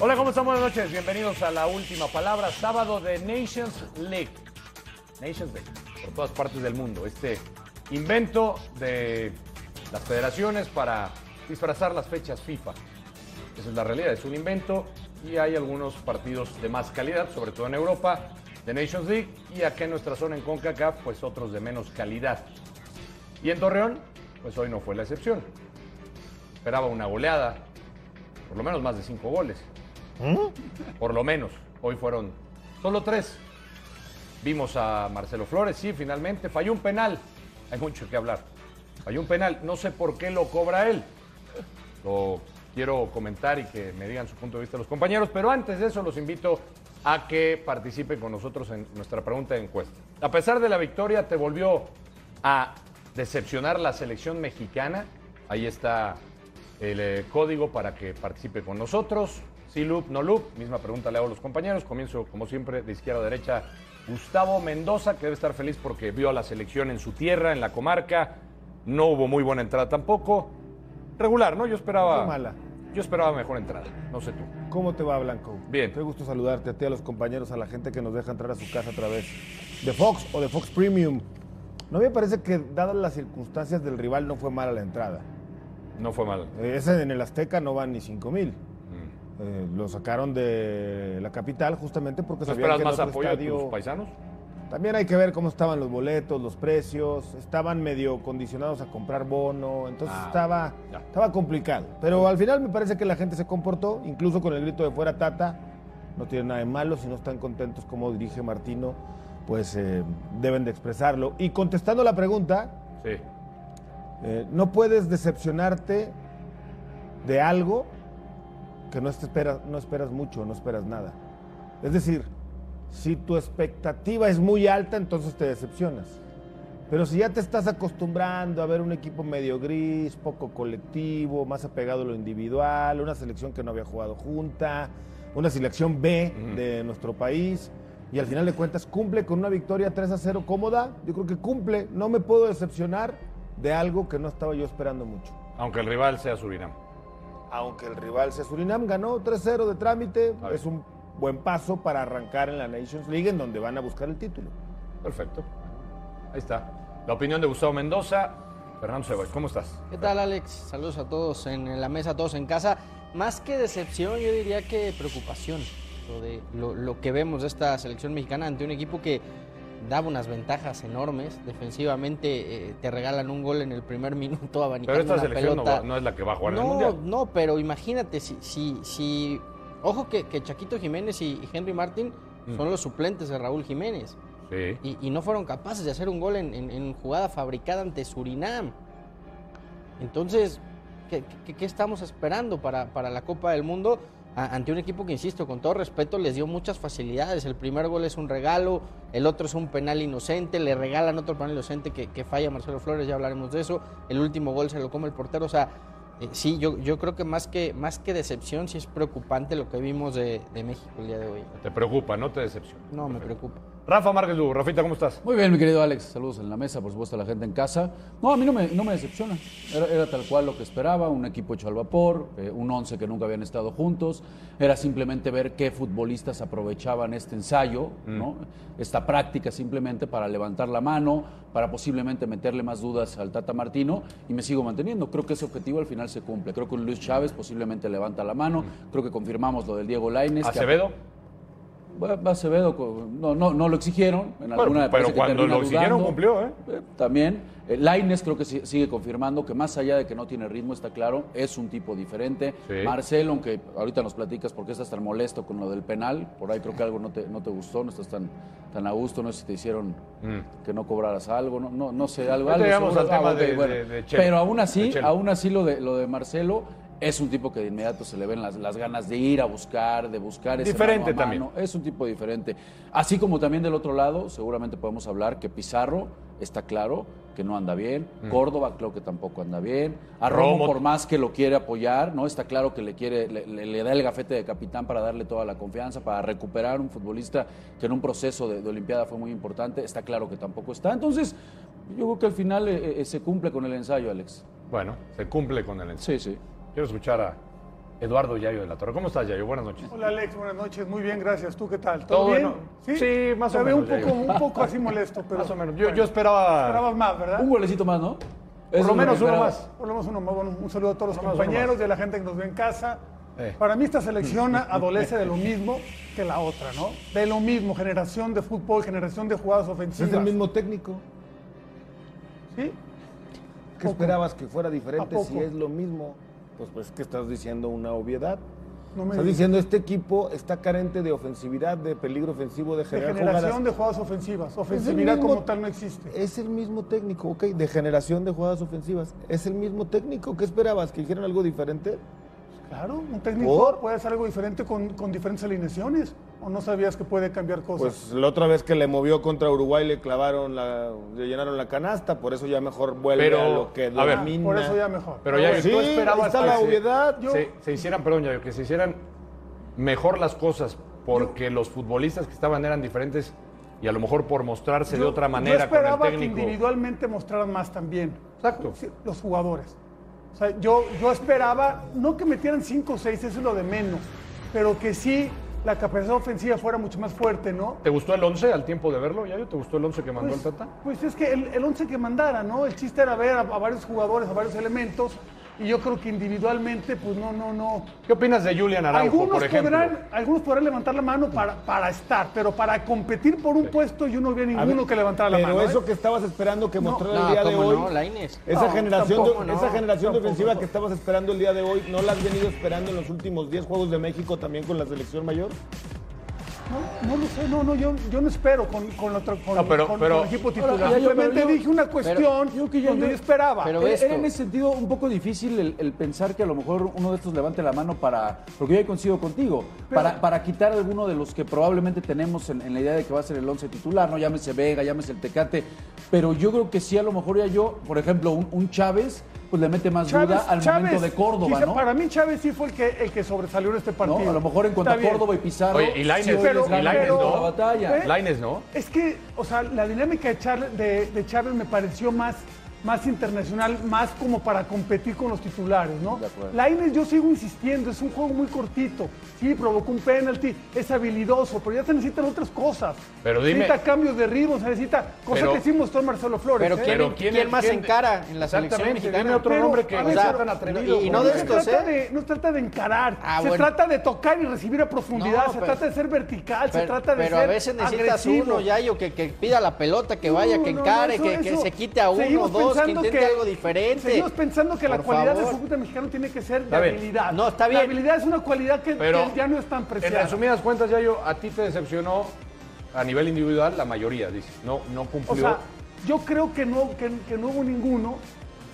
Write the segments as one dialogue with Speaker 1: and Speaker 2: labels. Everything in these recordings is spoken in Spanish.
Speaker 1: Hola, ¿cómo están? Buenas noches. Bienvenidos a la última palabra, sábado de Nations League. Nations League, por todas partes del mundo. Este invento de las federaciones para disfrazar las fechas FIFA. Esa es la realidad, es un invento y hay algunos partidos de más calidad, sobre todo en Europa, de Nations League y acá en nuestra zona en CONCACAF, pues otros de menos calidad. Y en Torreón, pues hoy no fue la excepción. Esperaba una goleada, por lo menos más de cinco goles. Por lo menos, hoy fueron solo tres. Vimos a Marcelo Flores, sí, finalmente falló un penal. Hay mucho que hablar. Falló un penal, no sé por qué lo cobra él. Lo quiero comentar y que me digan su punto de vista los compañeros, pero antes de eso los invito a que participen con nosotros en nuestra pregunta de encuesta. A pesar de la victoria, ¿te volvió a decepcionar la selección mexicana? Ahí está el eh, código para que participe con nosotros. Sí, loop, no loop. Misma pregunta le hago a los compañeros. Comienzo, como siempre, de izquierda a derecha. Gustavo Mendoza, que debe estar feliz porque vio a la selección en su tierra, en la comarca. No hubo muy buena entrada tampoco. Regular, ¿no? Yo esperaba.
Speaker 2: Fue mala.
Speaker 1: Yo esperaba mejor entrada. No sé tú.
Speaker 2: ¿Cómo te va, Blanco?
Speaker 1: Bien.
Speaker 2: Qué gusto saludarte a ti, a los compañeros, a la gente que nos deja entrar a su casa a través de Fox o de Fox Premium. No me parece que, dadas las circunstancias del rival, no fue mala la entrada.
Speaker 1: No fue mal.
Speaker 2: Eh, Ese en el Azteca no van ni 5 mil.
Speaker 1: Mm.
Speaker 2: Eh, lo sacaron de la capital justamente porque
Speaker 1: ¿No
Speaker 2: sabían que
Speaker 1: esperas
Speaker 2: en
Speaker 1: más
Speaker 2: otro
Speaker 1: apoyo de
Speaker 2: estadio...
Speaker 1: tus paisanos?
Speaker 2: También hay que ver cómo estaban los boletos, los precios. Estaban medio condicionados a comprar bono. Entonces
Speaker 1: Ah,
Speaker 2: estaba,
Speaker 1: ya.
Speaker 2: estaba complicado. Pero al final me parece que la gente se comportó, incluso con el grito de fuera Tata. No tiene nada de malo. Si no están contentos como dirige Martino, pues eh, deben de expresarlo. Y contestando la pregunta,
Speaker 1: Sí.
Speaker 2: eh, no puedes decepcionarte de algo que no, te espera- no esperas mucho, no esperas nada. Es decir, si tu expectativa es muy alta, entonces te decepcionas. Pero si ya te estás acostumbrando a ver un equipo medio gris, poco colectivo, más apegado a lo individual, una selección que no había jugado junta, una selección B
Speaker 1: Ujú.
Speaker 2: de nuestro país, y al final de cuentas cumple con una victoria 3 a 0 cómoda, yo creo que cumple, no me puedo decepcionar de algo que no estaba yo esperando mucho.
Speaker 1: Aunque el rival sea Surinam.
Speaker 2: Aunque el rival sea Surinam, ganó 3-0 de trámite,
Speaker 1: A ver.
Speaker 2: es un buen paso para arrancar en la Nations League, en donde van a buscar el título.
Speaker 1: Perfecto. Ahí está. La opinión de Gustavo Mendoza. Fernando Ceballos, ¿cómo estás?
Speaker 3: ¿Qué tal, Alex? Saludos a todos en en la mesa, a todos en casa. Más que decepción, yo diría que preocupación. Lo, de, lo, lo que vemos de esta selección mexicana ante un equipo que daba unas ventajas enormes. Defensivamente eh, te regalan un gol en el primer minuto
Speaker 1: Pero
Speaker 3: abanicando
Speaker 1: esta
Speaker 3: una
Speaker 1: selección no,
Speaker 3: pelota.
Speaker 1: va- no es la que va a jugar en el
Speaker 3: No,
Speaker 1: Mundial.
Speaker 3: no, pero imagínate si, si, si- ojo que, que Chaquito Jiménez y y Henry Martin son los suplentes de Raúl Jiménez
Speaker 1: Mm. Sí.
Speaker 3: y, y no fueron capaces de hacer un gol en, en- en jugada fabricada ante Surinam. Entonces, ¿qué, qué- qué estamos esperando para, para la Copa del Mundo? A- ante un equipo que, insisto, con todo respeto, les dio muchas facilidades. El primer gol es un regalo, el otro es un penal inocente, le regalan otro penal inocente que, que falla Marcelo Flores, ya hablaremos de eso. El último gol se lo come el portero. O sea, eh, sí, yo, yo creo que más, que más que decepción, sí es preocupante lo que vimos de, de México el día de hoy.
Speaker 1: Te preocupa, no te decepciona.
Speaker 3: No, me preocupa.
Speaker 1: Rafa Márquez Lugo, Rafita, ¿cómo estás?
Speaker 4: Muy bien, mi querido Alex. Saludos en la mesa, por supuesto, a la gente en casa. No, a mí no me, no me decepciona. Era, era tal cual lo que esperaba, un equipo hecho al vapor, eh, un once que nunca habían estado juntos. Era simplemente ver qué futbolistas aprovechaban este ensayo,
Speaker 1: Mm.
Speaker 4: ¿no? esta práctica simplemente para levantar la mano, para posiblemente meterle más dudas al Tata Martino y me sigo manteniendo. Creo que ese objetivo al final se cumple. Creo que un Luis Chávez posiblemente levanta la mano. Creo que confirmamos lo del Diego Lainez. que-
Speaker 1: Mm. Acevedo.
Speaker 4: bueno, Acevedo, co- no, no, no lo exigieron. En
Speaker 1: Bueno,
Speaker 4: alguna
Speaker 1: pero
Speaker 4: parece que
Speaker 1: cuando
Speaker 4: termina
Speaker 1: lo exigieron,
Speaker 4: dudando.
Speaker 1: cumplió, ¿eh?
Speaker 4: también. Eh, Lainez creo que sí- sigue confirmando que más allá de que no tiene ritmo, está claro, es un tipo diferente.
Speaker 1: Sí.
Speaker 4: Marcelo, aunque ahorita nos platicas por qué estás tan molesto con lo del penal, por ahí creo que algo no te, no te gustó, no estás tan, tan a gusto, no sé si te hicieron que no cobraras algo, no, no, no sé, algo.
Speaker 1: Ahorita
Speaker 4: algo
Speaker 1: Mm. llegamos
Speaker 4: seguro- ah,
Speaker 1: al tema
Speaker 4: ok,
Speaker 1: de- de- de Chelo,
Speaker 4: Pero aún
Speaker 1: de
Speaker 4: así,
Speaker 1: Chelo.
Speaker 4: aún así lo de, lo de Marcelo es un tipo que de inmediato se le ven las, las ganas de ir a buscar, de buscar ese
Speaker 1: Diferente
Speaker 4: mano a mano.
Speaker 1: también.
Speaker 4: Es un tipo diferente. Así como también del otro lado, seguramente podemos hablar que Pizarro está claro que no anda bien. Córdoba creo que tampoco anda bien. A Romo,
Speaker 1: Romo.
Speaker 4: por más que lo quiere apoyar, ¿no? Está claro que le quiere, le, le- le da el gafete de capitán para darle toda la confianza, para recuperar un futbolista que en un proceso de, de Olimpiada fue muy importante. Está claro que tampoco está. Entonces, yo creo que al final eh, eh, se cumple con el ensayo, Alex.
Speaker 1: Bueno, se cumple con el ensayo.
Speaker 4: Sí, sí.
Speaker 1: Quiero escuchar a Eduardo Yayo de la Torre. ¿Cómo estás, Yayo? Buenas noches.
Speaker 5: Hola Alex, buenas noches. Muy bien, gracias. ¿Tú qué tal?
Speaker 1: Todo
Speaker 5: ¿Todo, bien?
Speaker 1: bueno. Sí, más o
Speaker 5: Te
Speaker 1: menos,
Speaker 5: veo un poco,
Speaker 1: Diego.
Speaker 5: un poco así molesto, pero
Speaker 1: Más o menos. Yo,
Speaker 5: bueno,
Speaker 1: yo esperaba.
Speaker 5: esperabas más, ¿verdad?
Speaker 4: Un golecito más, ¿no? Eso es
Speaker 1: lo menos
Speaker 4: que
Speaker 1: uno
Speaker 4: esperaba.
Speaker 1: más.
Speaker 5: Por lo menos uno más. Bueno, un saludo a todos los
Speaker 1: Por lo menos uno
Speaker 5: compañeros
Speaker 1: más.
Speaker 5: y a la gente que nos ve en casa.
Speaker 1: Eh.
Speaker 5: Para mí esta selección adolece de lo mismo que la otra, ¿no? De lo mismo, generación de fútbol, generación de jugadas ofensivas.
Speaker 2: Es el mismo técnico.
Speaker 5: ¿Sí?
Speaker 2: ¿Qué esperabas que fuera
Speaker 5: ¿A
Speaker 2: diferente
Speaker 5: poco?
Speaker 2: si es lo mismo? Pues, pues que estás diciendo una obviedad.
Speaker 5: No me
Speaker 2: estás
Speaker 5: digas.
Speaker 2: diciendo este equipo está carente de ofensividad, de peligro ofensivo, de
Speaker 5: De
Speaker 2: generar
Speaker 5: generación
Speaker 2: jugadas.
Speaker 5: de jugadas ofensivas.
Speaker 2: el
Speaker 5: Ofensividad
Speaker 2: mismo-
Speaker 5: como tal no existe.
Speaker 2: Es el mismo técnico, ok, de generación de jugadas ofensivas. Es el mismo técnico. ¿Qué esperabas? ¿Que hicieran algo diferente?
Speaker 5: Claro, un técnico
Speaker 2: ¿Por?
Speaker 5: puede hacer algo diferente con, con diferentes alineaciones. ¿O no sabías que puede cambiar cosas?
Speaker 2: Pues la otra vez que le movió contra Uruguay le clavaron la, le llenaron la canasta, por eso ya mejor vuelve
Speaker 1: Pero,
Speaker 2: a lo que
Speaker 1: a ver,
Speaker 2: domina.
Speaker 5: Por eso ya mejor. Pues
Speaker 1: Pero ya
Speaker 2: Sí,
Speaker 1: tú
Speaker 2: ahí
Speaker 1: esperabas
Speaker 2: está
Speaker 1: que
Speaker 2: la
Speaker 1: se-
Speaker 2: obviedad, yo-
Speaker 1: se, se hicieran, perdón, Yayo, que se hicieran mejor las cosas porque los futbolistas que estaban eran diferentes y a lo mejor por mostrarse de
Speaker 5: Yo-
Speaker 1: otra
Speaker 5: yo
Speaker 1: manera con el
Speaker 5: esperaba
Speaker 1: técnico.
Speaker 5: que individualmente mostraran más también.
Speaker 1: Exacto.
Speaker 5: Sí, Los jugadores. O sea, yo, yo esperaba, no que metieran 5 o 6, eso es lo de menos, pero que sí la capacidad ofensiva fuera mucho más fuerte, ¿no?
Speaker 1: ¿Te gustó el 11 al tiempo de verlo, Yayo? ¿Te gustó el 11 que mandó
Speaker 5: Pues,
Speaker 1: el Tata?
Speaker 5: pues es que el, el once que mandara, ¿no? El chiste era ver a, a varios jugadores, a varios elementos, y yo creo que individualmente, pues no, no, no.
Speaker 1: ¿Qué opinas de Julian Araujo,
Speaker 5: Algunos
Speaker 1: por ejemplo?
Speaker 5: podrán, algunos podrán levantar la mano para, para estar, pero para competir por un puesto yo no vi a ninguno que levantara la
Speaker 2: Pero
Speaker 5: mano. ¿eh?
Speaker 2: eso que estabas esperando que mostrara
Speaker 3: No,
Speaker 2: el día de
Speaker 3: cómo
Speaker 2: hoy.
Speaker 3: no, Lainez.
Speaker 2: Esa
Speaker 5: No,
Speaker 2: generación, de-
Speaker 5: tampoco, no,
Speaker 2: esa generación
Speaker 5: tampoco.
Speaker 2: defensiva que estabas esperando el día de hoy, ¿no la has venido esperando en los últimos 10 Juegos de México también con la selección mayor?
Speaker 5: No, no lo sé, no, no, yo, yo no espero con, con, otro, con,
Speaker 1: No, pero-
Speaker 5: con-
Speaker 1: pero-
Speaker 5: con el equipo titular.
Speaker 4: Ahora, ya yo-
Speaker 5: Simplemente
Speaker 4: pero yo-
Speaker 5: dije una cuestión
Speaker 4: pero yo que ya
Speaker 5: donde
Speaker 4: yo-
Speaker 5: yo esperaba.
Speaker 3: pero
Speaker 4: Era-
Speaker 3: esto-
Speaker 4: Era en ese sentido un poco difícil el, el pensar que a lo mejor uno de estos levante la mano para, porque yo ahí coincido contigo, para, para quitar alguno de los que probablemente tenemos en, en la idea de que va a ser el 11 titular, no llámese Vega, llámese el Tecate, pero yo creo que sí a lo mejor ya yo, por ejemplo, un, un Chávez, pues le mete más duda al momento de Córdoba,
Speaker 5: quizá
Speaker 4: ¿no?
Speaker 5: Para mí Chávez sí fue el que, el que sobresalió en este
Speaker 4: ¿No?
Speaker 5: partido.
Speaker 4: A lo mejor en cuanto
Speaker 5: Está
Speaker 4: a
Speaker 5: bien.
Speaker 4: Córdoba y Pizarro,
Speaker 1: Oye, y Lainez,
Speaker 4: sí, hoy
Speaker 5: pero-
Speaker 4: les ganan
Speaker 5: pero-
Speaker 4: la batalla.
Speaker 5: ¿eh?
Speaker 1: Laines, ¿no?
Speaker 5: Es que, o sea, la dinámica de, Char- de, de Chávez me pareció más, más internacional, más como para competir con los titulares, ¿no?
Speaker 4: De acuerdo.
Speaker 5: Lainez, yo sigo insistiendo, es un juego muy cortito. Sí, provocó un penalti, es habilidoso, pero ya se necesitan otras cosas.
Speaker 1: Pero
Speaker 5: Se
Speaker 1: dime-
Speaker 5: necesita cambios de ritmo, se necesita cosa
Speaker 1: Pero-
Speaker 5: que sí mostró Marcelo Flores.
Speaker 3: Pero
Speaker 5: ¿eh?
Speaker 3: ¿quién- quién más encara en la selección
Speaker 1: Exactamente,
Speaker 3: mexicana?
Speaker 1: Dime otro
Speaker 5: Pero,
Speaker 1: nombre que
Speaker 5: a
Speaker 1: no
Speaker 5: ver,
Speaker 1: sea
Speaker 5: pero-
Speaker 1: tan atrevido.
Speaker 3: y- y no
Speaker 1: como
Speaker 3: de
Speaker 1: él.
Speaker 5: se
Speaker 3: estos,
Speaker 5: trata
Speaker 3: ¿eh?
Speaker 5: de- no se trata de encarar,
Speaker 3: Ah,
Speaker 5: se
Speaker 3: bueno.
Speaker 5: trata de tocar y recibir a profundidad, se
Speaker 3: No, pero-
Speaker 5: trata de ser vertical, Ah, se
Speaker 3: Pero,
Speaker 5: trata de
Speaker 3: pero
Speaker 5: ser
Speaker 3: a veces necesitas
Speaker 5: agresivo.
Speaker 3: uno, Yayo, que, que pida la pelota, que vaya,
Speaker 5: No,
Speaker 3: que
Speaker 5: no,
Speaker 3: encare,
Speaker 5: eso-
Speaker 3: que, que
Speaker 5: eso.
Speaker 3: se quite a uno,
Speaker 5: Seguimos
Speaker 3: dos, que
Speaker 5: pensando
Speaker 3: intente algo diferente.
Speaker 5: Seguimos pensando que la
Speaker 3: Por
Speaker 5: cualidad
Speaker 3: favor.
Speaker 5: del fútbol mexicano tiene que ser de
Speaker 1: Está bien.
Speaker 5: habilidad.
Speaker 3: No, está bien.
Speaker 5: La habilidad es una cualidad que,
Speaker 1: Pero,
Speaker 5: que ya no es tan
Speaker 1: En
Speaker 5: preciada.
Speaker 1: resumidas cuentas, Yayo, a ti te decepcionó a nivel individual la mayoría, dices. No, no
Speaker 5: O
Speaker 1: cumplió.
Speaker 5: sea, yo creo que no, que, que no hubo ninguno,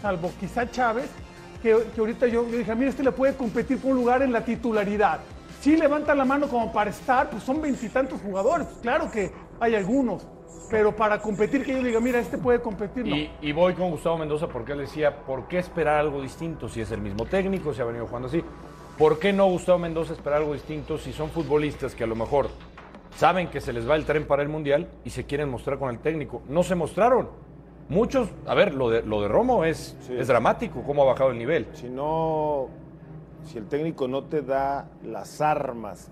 Speaker 5: salvo quizá Chávez, que, que ahorita yo, yo dije, mira, este le puede competir por un lugar en la titularidad. Si levanta la mano como para estar, pues son veintitantos jugadores. Claro que hay algunos, pero para competir que yo diga, mira, este puede competir, no.
Speaker 1: Y, y voy con Gustavo Mendoza porque él decía, ¿por qué esperar algo distinto si es el mismo técnico, si ha venido jugando así? ¿Por qué no Gustavo Mendoza esperar algo distinto si son futbolistas que a lo mejor saben que se les va el tren para el Mundial y se quieren mostrar con el técnico? No se mostraron. Muchos, a ver, lo de, lo de Romo es,
Speaker 2: Sí.
Speaker 1: es dramático, cómo ha bajado el nivel.
Speaker 2: Si no, si el técnico no te da las armas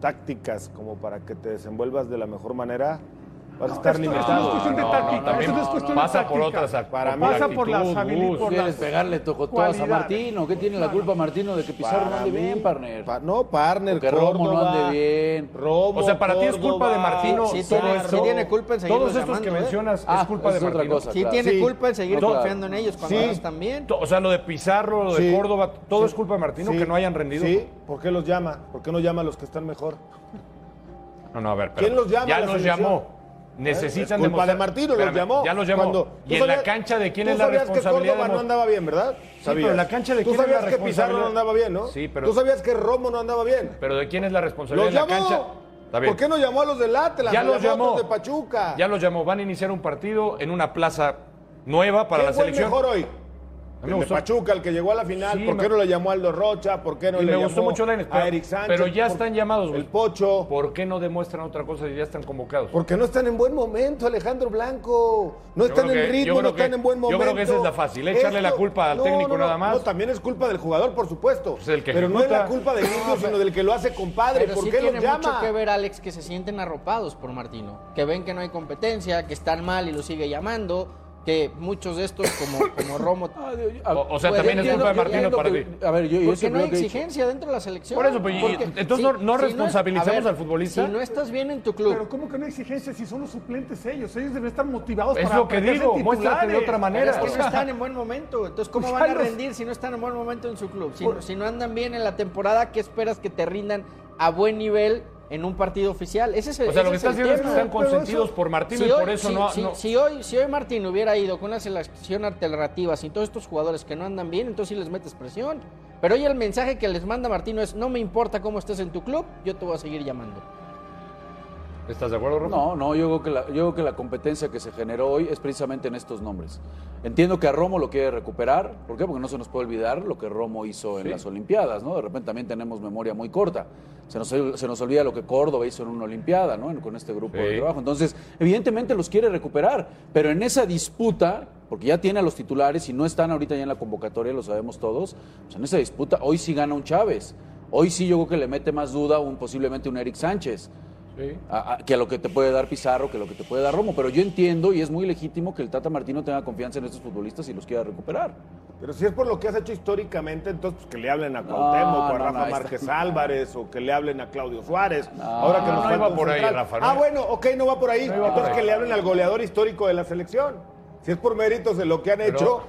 Speaker 2: tácticas como para que te desenvuelvas de la mejor manera, vas a estar
Speaker 5: esto- esto
Speaker 2: limitado.
Speaker 5: no es cuestión de táctica,
Speaker 1: también
Speaker 5: esto no es cuestión de
Speaker 1: pasa por
Speaker 5: táctica.
Speaker 1: otras ac-
Speaker 2: Para mí
Speaker 5: Pasa por las
Speaker 1: actitud,
Speaker 5: habili-
Speaker 1: Gus.
Speaker 5: por
Speaker 4: ¿Quieres
Speaker 5: las
Speaker 4: pegarle tocotodas a
Speaker 5: cualidades.
Speaker 4: Martino? ¿Qué tiene la culpa Martino de que Pizarro no
Speaker 2: Para
Speaker 4: ande
Speaker 2: mí,
Speaker 4: bien, partner?
Speaker 2: pa- no, partner,
Speaker 4: Que Romo no
Speaker 2: Córdoba,
Speaker 4: ande bien.
Speaker 2: Romo,
Speaker 1: O sea, para ti es culpa
Speaker 2: Córdoba,
Speaker 1: de Martino.
Speaker 3: Sí, sí
Speaker 1: todo
Speaker 3: tiene-
Speaker 1: esto.
Speaker 3: sí tiene culpa en seguirlos
Speaker 1: Todos estos que
Speaker 3: llamando, ¿eh?
Speaker 1: mencionas
Speaker 4: Ah,
Speaker 1: es culpa
Speaker 4: esa
Speaker 1: de
Speaker 4: es otra
Speaker 1: Martino.
Speaker 4: cosa.
Speaker 3: Sí
Speaker 4: Claro.
Speaker 3: tiene
Speaker 2: Sí.
Speaker 3: culpa en seguir
Speaker 1: No,
Speaker 3: confiando en ellos cuando
Speaker 2: sí.
Speaker 3: ellos también.
Speaker 1: To- O sea, lo de Pizarro, lo de
Speaker 2: Sí.
Speaker 1: Córdoba, todo
Speaker 2: Sí.
Speaker 1: es culpa de Martino
Speaker 2: Sí.
Speaker 1: que no hayan rendido.
Speaker 2: Sí, ¿por qué los llama? ¿Por qué no llama a los que están mejor?
Speaker 1: No, no, a ver, pero
Speaker 2: ¿Quién los llama
Speaker 1: ya
Speaker 2: a la
Speaker 1: los
Speaker 2: selección? ¿Eh?
Speaker 1: llamó. Necesitan
Speaker 2: es culpa
Speaker 1: demostrar-
Speaker 2: de Martino, los
Speaker 1: Espérame,
Speaker 2: llamó.
Speaker 1: Ya los llamó.
Speaker 2: Cuando-
Speaker 1: y
Speaker 2: ¿tú
Speaker 1: en la
Speaker 2: sabías-
Speaker 1: cancha de quién
Speaker 2: tú
Speaker 1: es la
Speaker 2: sabías
Speaker 1: responsabilidad.
Speaker 2: que Córdoba
Speaker 1: de
Speaker 2: no
Speaker 1: mos-
Speaker 2: andaba bien, ¿verdad?
Speaker 1: pero en la cancha de
Speaker 2: Tú
Speaker 1: quién es la
Speaker 2: sabías que Pizarro
Speaker 1: responsabilidad?
Speaker 2: no andaba bien, ¿no?
Speaker 1: Sí, pero-
Speaker 2: Tú sabías que Romo no andaba bien.
Speaker 1: Pero de quién es la responsabilidad
Speaker 2: Los
Speaker 1: en la
Speaker 2: llamó.
Speaker 1: cancha. Está bien.
Speaker 2: ¿Por qué no llamó a los del Atlas?
Speaker 1: Ya
Speaker 2: No
Speaker 1: los
Speaker 2: a
Speaker 1: llamó.
Speaker 2: los de Pachuca.
Speaker 1: Ya los llamó. Van a iniciar un partido en una plaza nueva para
Speaker 2: ¿Quién
Speaker 1: la
Speaker 2: fue el
Speaker 1: selección.
Speaker 2: mejor hoy?
Speaker 1: me
Speaker 2: el de
Speaker 1: gustó.
Speaker 2: Pachuca, el que llegó a la final,
Speaker 1: Sí,
Speaker 2: ¿por qué
Speaker 1: me-
Speaker 2: no le llamó a Aldo Rocha? ¿Por qué no
Speaker 1: Y
Speaker 2: le
Speaker 1: me
Speaker 2: llamó
Speaker 1: gustó mucho Lainez,
Speaker 2: a
Speaker 1: pero-
Speaker 2: Eric Sánchez?
Speaker 1: pero ya
Speaker 2: ¿Por-
Speaker 1: están llamados, güey.
Speaker 2: El Pocho.
Speaker 1: ¿Por qué no demuestran otra cosa y ya están convocados?
Speaker 2: Porque no están en buen momento, Alejandro Blanco. No
Speaker 1: Yo
Speaker 2: están
Speaker 1: creo
Speaker 2: en
Speaker 1: que- yo
Speaker 2: ritmo, no
Speaker 1: creo que-
Speaker 2: están en buen
Speaker 1: yo creo
Speaker 2: momento.
Speaker 1: que esa es la fácil, echarle la culpa al técnico nada más.
Speaker 2: No, también es culpa del jugador, por supuesto.
Speaker 1: Pues el que
Speaker 2: pero no es
Speaker 1: ejecuta.
Speaker 2: la culpa del mismo, sino del que lo hace compadre.
Speaker 3: Pero
Speaker 2: ¿Por
Speaker 3: sí
Speaker 2: qué lo
Speaker 3: tiene mucho
Speaker 2: llama?
Speaker 3: que ver, Alex, que se sienten arropados por Martino, que ven que no hay competencia, que están mal y lo sigue llamando, que muchos de estos, como, como Romo,
Speaker 1: O- o sea,
Speaker 3: Pues,
Speaker 1: también es
Speaker 3: entiendo
Speaker 1: culpa de
Speaker 3: que-
Speaker 1: Martino para ti.
Speaker 4: A ver, yo, yo
Speaker 3: Porque
Speaker 4: siempre
Speaker 3: no hay
Speaker 4: lo que he dicho-
Speaker 3: exigencia dentro de la selección.
Speaker 1: Por eso, pues, y-
Speaker 3: Porque
Speaker 1: entonces, ¿no- no
Speaker 3: es-
Speaker 1: responsabilizamos
Speaker 3: a
Speaker 1: al futbolista?
Speaker 3: Si no estás bien en tu
Speaker 5: Pero
Speaker 3: club,
Speaker 5: ¿cómo que no hay exigencia si son los suplentes ellos? Ellos deben estar motivados
Speaker 1: Es
Speaker 5: para
Speaker 1: lo que
Speaker 5: aprenderse
Speaker 1: digo, muéstrate de
Speaker 5: titulares.
Speaker 1: otra
Speaker 3: pero
Speaker 1: manera.
Speaker 3: es que
Speaker 1: o
Speaker 3: no
Speaker 1: sea.
Speaker 3: están en buen momento. Entonces, ¿cómo
Speaker 5: Ya
Speaker 3: van a
Speaker 5: los-
Speaker 3: rendir si no están en buen momento en su club? Si, no- si no andan bien en la temporada, ¿qué esperas que te rindan a buen nivel en un partido oficial? Ese es el
Speaker 1: O sea, lo
Speaker 3: ese
Speaker 1: que
Speaker 3: es
Speaker 1: están
Speaker 3: el
Speaker 1: haciendo es que
Speaker 3: tema.
Speaker 1: están
Speaker 5: Pero eso-
Speaker 1: consentidos por Martino
Speaker 3: Si
Speaker 1: y
Speaker 3: hoy-
Speaker 1: por eso
Speaker 3: si-
Speaker 1: no.
Speaker 3: si-
Speaker 1: no-
Speaker 3: si hoy, si hoy Martín hubiera ido con una selección alternativa sin todos estos jugadores que no andan bien, entonces sí les metes presión. Pero hoy el mensaje que les manda Martino es, no me importa cómo estés en tu club, yo te voy a seguir llamando.
Speaker 1: ¿Estás de acuerdo, Romo?
Speaker 4: No, no, yo creo, que la, yo creo que la competencia que se generó hoy es precisamente en estos nombres. Entiendo que a Romo lo quiere recuperar, ¿por qué? Porque no se nos puede olvidar lo que Romo hizo en las Olimpiadas, ¿no? De repente también tenemos memoria muy corta. Se nos, se nos olvida lo que Córdoba hizo en una Olimpiada, ¿no? En- con este grupo de
Speaker 1: Sí.
Speaker 4: trabajo. Entonces, evidentemente los quiere recuperar, pero en esa disputa, porque ya tiene a los titulares y no están ahorita ya en la convocatoria, lo sabemos todos, pues en esa disputa hoy sí gana un Chávez. Hoy sí yo creo que le mete más duda un, posiblemente un Eric Sánchez
Speaker 1: Sí.
Speaker 4: a- a- que a lo que te puede dar Pizarro, que a lo que te puede dar Romo. Pero yo entiendo y es muy legítimo que el Tata Martino tenga confianza en estos futbolistas y los quiera recuperar.
Speaker 2: Pero si es por lo que has hecho históricamente, entonces pues, que le hablen a
Speaker 4: No,
Speaker 2: Cuauhtémoc o a
Speaker 4: no,
Speaker 2: Rafa
Speaker 4: no,
Speaker 2: Márquez
Speaker 4: está-
Speaker 2: Álvarez o que le hablen a Claudio Suárez. Ahora que
Speaker 1: no,
Speaker 2: nos
Speaker 1: no
Speaker 2: falta
Speaker 1: iba
Speaker 2: un
Speaker 1: por ahí,
Speaker 2: central.
Speaker 1: Rafa, no
Speaker 2: Ah,
Speaker 1: iba-
Speaker 2: bueno, ok, no va por ahí.
Speaker 1: No iba por
Speaker 2: entonces
Speaker 1: ahí.
Speaker 2: que le hablen al goleador histórico de la selección. Si es por méritos de lo que han hecho.